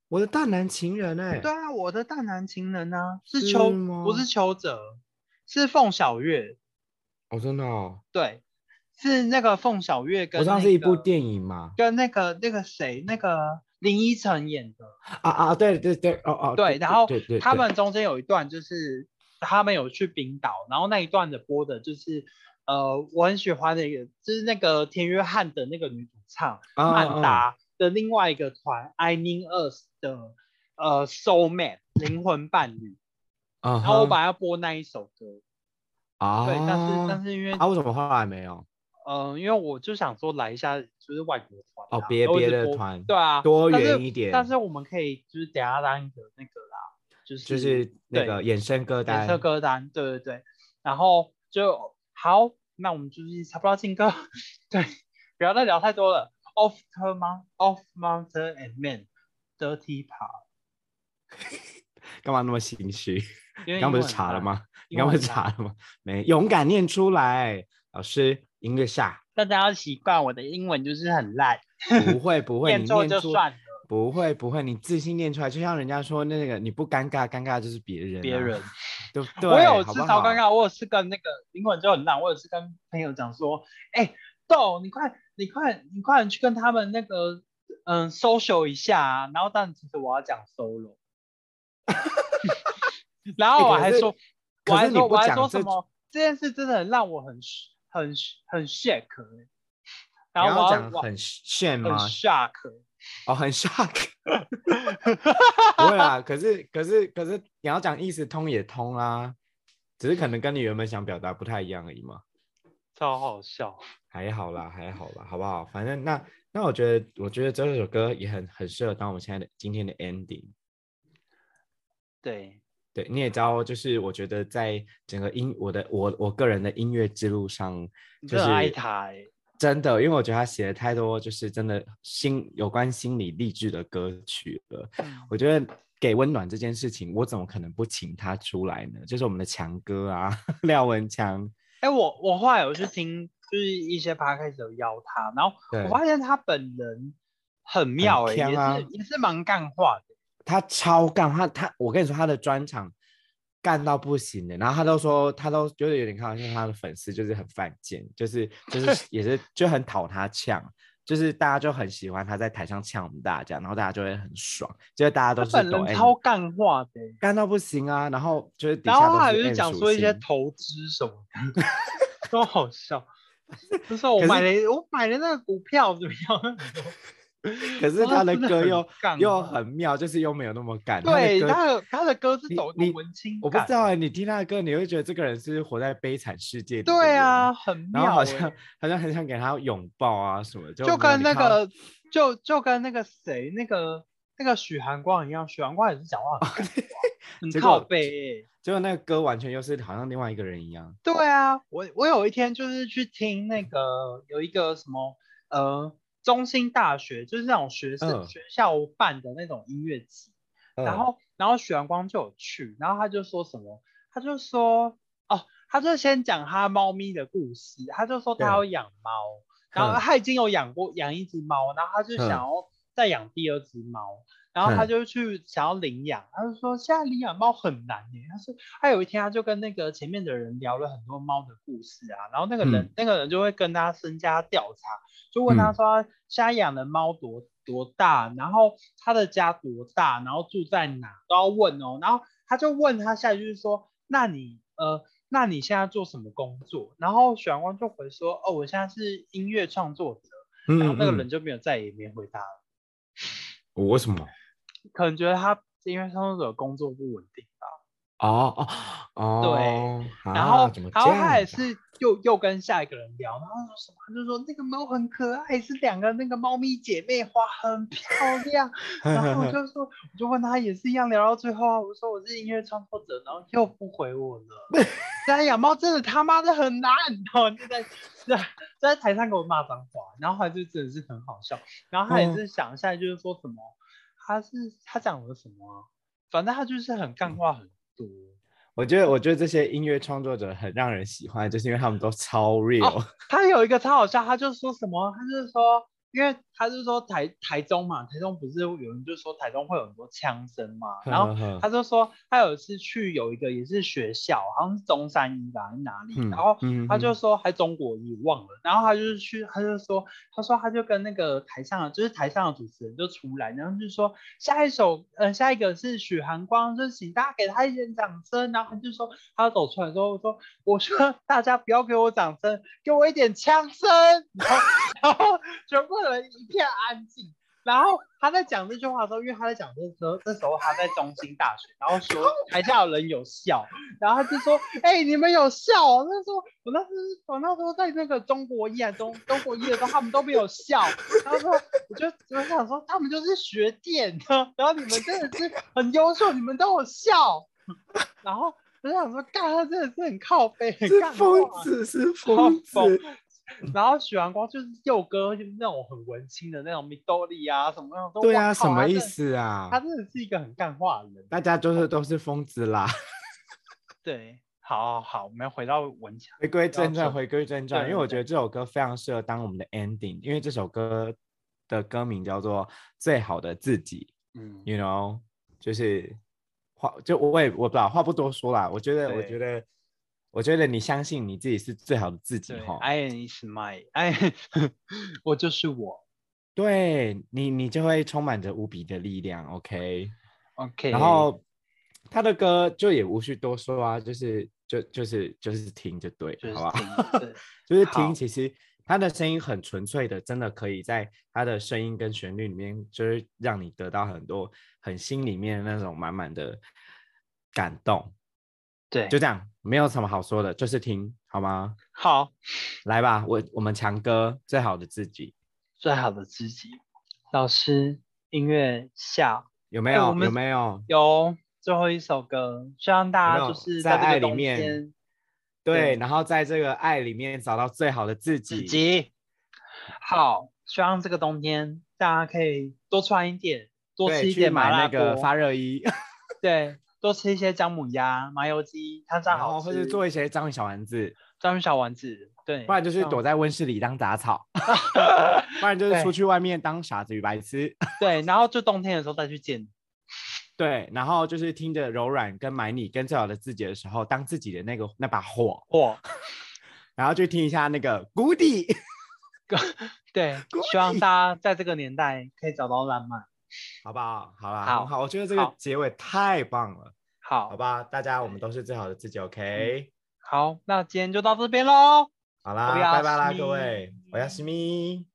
我的淡男情人哎、对啊，我的淡男情人呢、啊、是是邱，吗不是邱泽，是凤小岳，哦，真的哦，对，是那个凤小岳跟、我那知个、道是一部电影嘛，跟那个那个谁，那个林依晨演的。啊啊，对对对，哦哦，对，然后对对，他对们中间有一段就是他们有去冰岛，然后那一段的播的就是呃，我很喜欢那个，就是那个田约翰的那个女主唱啊曼，啊达的另外一个团 I Mean Us 的呃 Soul Mate 灵魂伴侣，啊然后我哈本来要播那一首歌，啊，对，但是但是因为啊，为什么后来没有？呃，因为我就想说来一下就是外国团啊、哦，别然后我别就的播团，对啊，多但是元一点但是我们可以就是等一下当一个那个啦，就是就是那对个衍生歌颜单，色歌单，对对对，然后就好，那我们就是差不多要进歌， 对，不要再聊太多了。Off the mount, off mountain and man, dirty part。干嘛那么心虚？因为你刚不英是文查很了烂？吗？你英刚不文是很查了吗？没，勇敢念出来，老师，音乐下，大家要习惯我的英文就是很烂，不会不会， 念你错念就出算了。不会不会，你自信念出来，就像人家说那个你不尴尬，尴尬就是别人、啊别人，对不对？我有好自不嘲尴好，尬，我有是跟那个英文就很烂，我有是跟朋友讲说，哎、豆，你快你快你快点去跟他们那个嗯 social 一下、啊，然后但其实我要讲 solo，然后我还说，可我还是 可是说你不我还讲说这什么这件事真的很让我很很很 shock，、欸、然你后要我讲我很炫很吗？ shock，哦，很 shock，不会啦。可是可是可是你要讲意思通也通啦，只是可能跟你原本想表达不太一样而已嘛。超好笑，还好啦，还好啦，好不好？反正那那我觉得，我觉得这首歌也很很适合当我们现在的今天的 ending。对，对，你也知道，就是我觉得在整个音我的我我个人的音乐之路上，你就真是的爱他、欸， 真的，因为我觉得他写了太多，就是真的心有关心理励志的歌曲了。嗯我觉得给温暖这件事情，我怎么可能不请他出来呢？就是我们的强哥啊， 廖文强，哎、我我后来有去听，就是一些 p o d c a 有邀他，然后对我，发现他本人很妙哎、呛啊也是也是蛮干话的，他超干，他他，我跟你说，他的专场干到不行的，然后他都说，他都就是有点开玩笑，他的粉丝就是很犯贱，就是就是 也是就很讨他呛，就是大家就很喜欢他在台上呛我们大家，然后大家就会很爽，就是大家都他是本抖人 M 超干话的欸、干到不行啊，然后就是底然后下后都来是就 M 讲属说一些性投资什么的， 都好笑。就说我可是买了我买了那个股票怎么样？ 可是他的真的歌很又干又话很妙，就是又没有那么干，他的对，歌他的他的歌是你走一你个文青感，我不知道哎、你听他的歌，你会觉得这个人是活在悲惨世界里的对人啊，很妙、然欸，后好像好像很想给他拥抱啊什么，就就没有跟你那看到个就就跟那个谁那个那个许寒光一样，许寒光也是讲话 很很结靠果背、欸。结果那个歌完全又是好像另外一个人一样，对啊，我我有一天就是去听那个有一个什么呃中兴大学，就是那种学生、嗯学校办的那种音乐节，然嗯后然后许阳光就有去，然后他就说什么，他就说哦，他就先讲他猫咪的故事，他就说他对要养猫，然嗯后他已经有养过养一只猫，然后他就嗯想要再养第二只猫，然后他就去想要领养，他就说现在领养猫很难耶，他说他有一天他就跟那个前面的人聊了很多猫的故事啊，然后那个人、嗯那个人就会跟他身家调查，就问他嗯说他现在养的猫多多大，然后他的家多大，然后住在哪都要问哦。然后他就问他下一句说：“那你呃，那你现在做什么工作？”然后许阳光就回说：“哦，我现在是音乐创作者。”嗯然后那个嗯人就没有再也没回答了，我为什么？可能觉得他音乐创作者工作不稳定吧。哦哦哦，对然后，怎么然后这样他也子啊 是又又跟下一个人聊，然后说什么，他就说那个猫很可爱，是两个那个猫咪姐妹花，很漂亮。然 后我就说，我就问他也是一样，聊到最后啊，我说我是音乐创作者，然后又不回我了。 现在养猫真的他妈的很难，然后就在在在台上给我骂脏话，然后后来就真的是很好笑。然后他也嗯是想一下，就是说什么，他是他讲了什么啊？反正他就是很干话很多。我觉得我觉得这些音乐创作者很让人喜欢，就是因为他们都超哦 real，、他有一个超好笑，他就说什么，他就说，因为他就说台台中嘛，台中不是有人就说台中会有很多枪声嘛， 然后后他就说他有一次去有一个也是学校，好像是中山一吧，还是哪里，嗯然后嗯他就嗯说还中国一忘了，然后他就是去，他就说他说他就跟那个台上的就是台上的主持人就出来，然后就说下一首呃下一个是许寒光，就请大家给他一点掌声，然后他就说他走出来之后说我说大家不要给我掌声，给我一点枪声，然后然后全部人一片安静。然后他在讲这句话的时候，因为他在讲这时候，这时候他在中兴大学，然后 说台下有人有笑，然后他就说：“哎、你们有笑、哦？”那时候我那时候我那时候在那个中国一啊中中国一的时候，他们都没有笑。然后说，我就我就想说，他们就是学电的，然后你们真的是很优秀，你们都有笑。 然后我就想说，干他真的是很靠背，很是干话疯子是疯超疯子，然后许阳光就是佑哥，就是那种很文青的那种 Midori 啊什么那种。对哇啊，靠什么他意真的思啊？他真的是一个很干话的人。大家就是都是疯子 啦。对，好好好，我们要回到文强。回归正标传，准回归正传，因为对我觉得这首歌非常适合当我们的 ending，因为这首歌的歌名叫做《最好的自己嗯》 ，you know，就是话就我也我不知道，话不多说啦。我觉得，我对觉得，我觉得你相信你自己是最好的自己对哈。 ，I is my I，我就是我。对你，你就会充满着无比的力量。OK， OK，然后他的歌就也无需多说啊，就是就就是就是听就对，就是好吧？ 听对就是好听，其实他的声音很纯粹的，真的可以在他的声音跟旋律里面，就是让你得到很多很心里面那种满满的感动。对，就这样，没有什么好说的，就是听好吗？好，来吧，我我们强哥最好的自己最好的自己。老师，音乐下有没哎我有？们有没有？有最后一首歌，希望大家有没就有是在这个爱里冬面天对对，然后在这个爱里面找到最好的自己。自己好，希望这个冬天大家可以多穿一点，多对吃一去点麻买辣那锅，个发热衣，对，多吃一些姜母鸭、麻油鸡，它这样然好后吃。或者做一些章鱼小丸子，章鱼小丸子，对，嗯不然就是像躲在温室里当 杂草，不然就是出去外面当傻子与白痴。对，然后就冬天的时候再去见。对，然后就是听着柔软跟买你跟最好的自己的时候，当自己的那个那把火，哇，然后就听一下那个谷底。 对，希望大家在这个年代可以找到浪漫。好不好？好啦，好很好，我觉得这个好结尾太棒了，好，好吧？大家我们都是最好的自己，OK？好，那今天就到这边喽。好嗯我啦，要拜拜啦，西咪各位，我要西咪。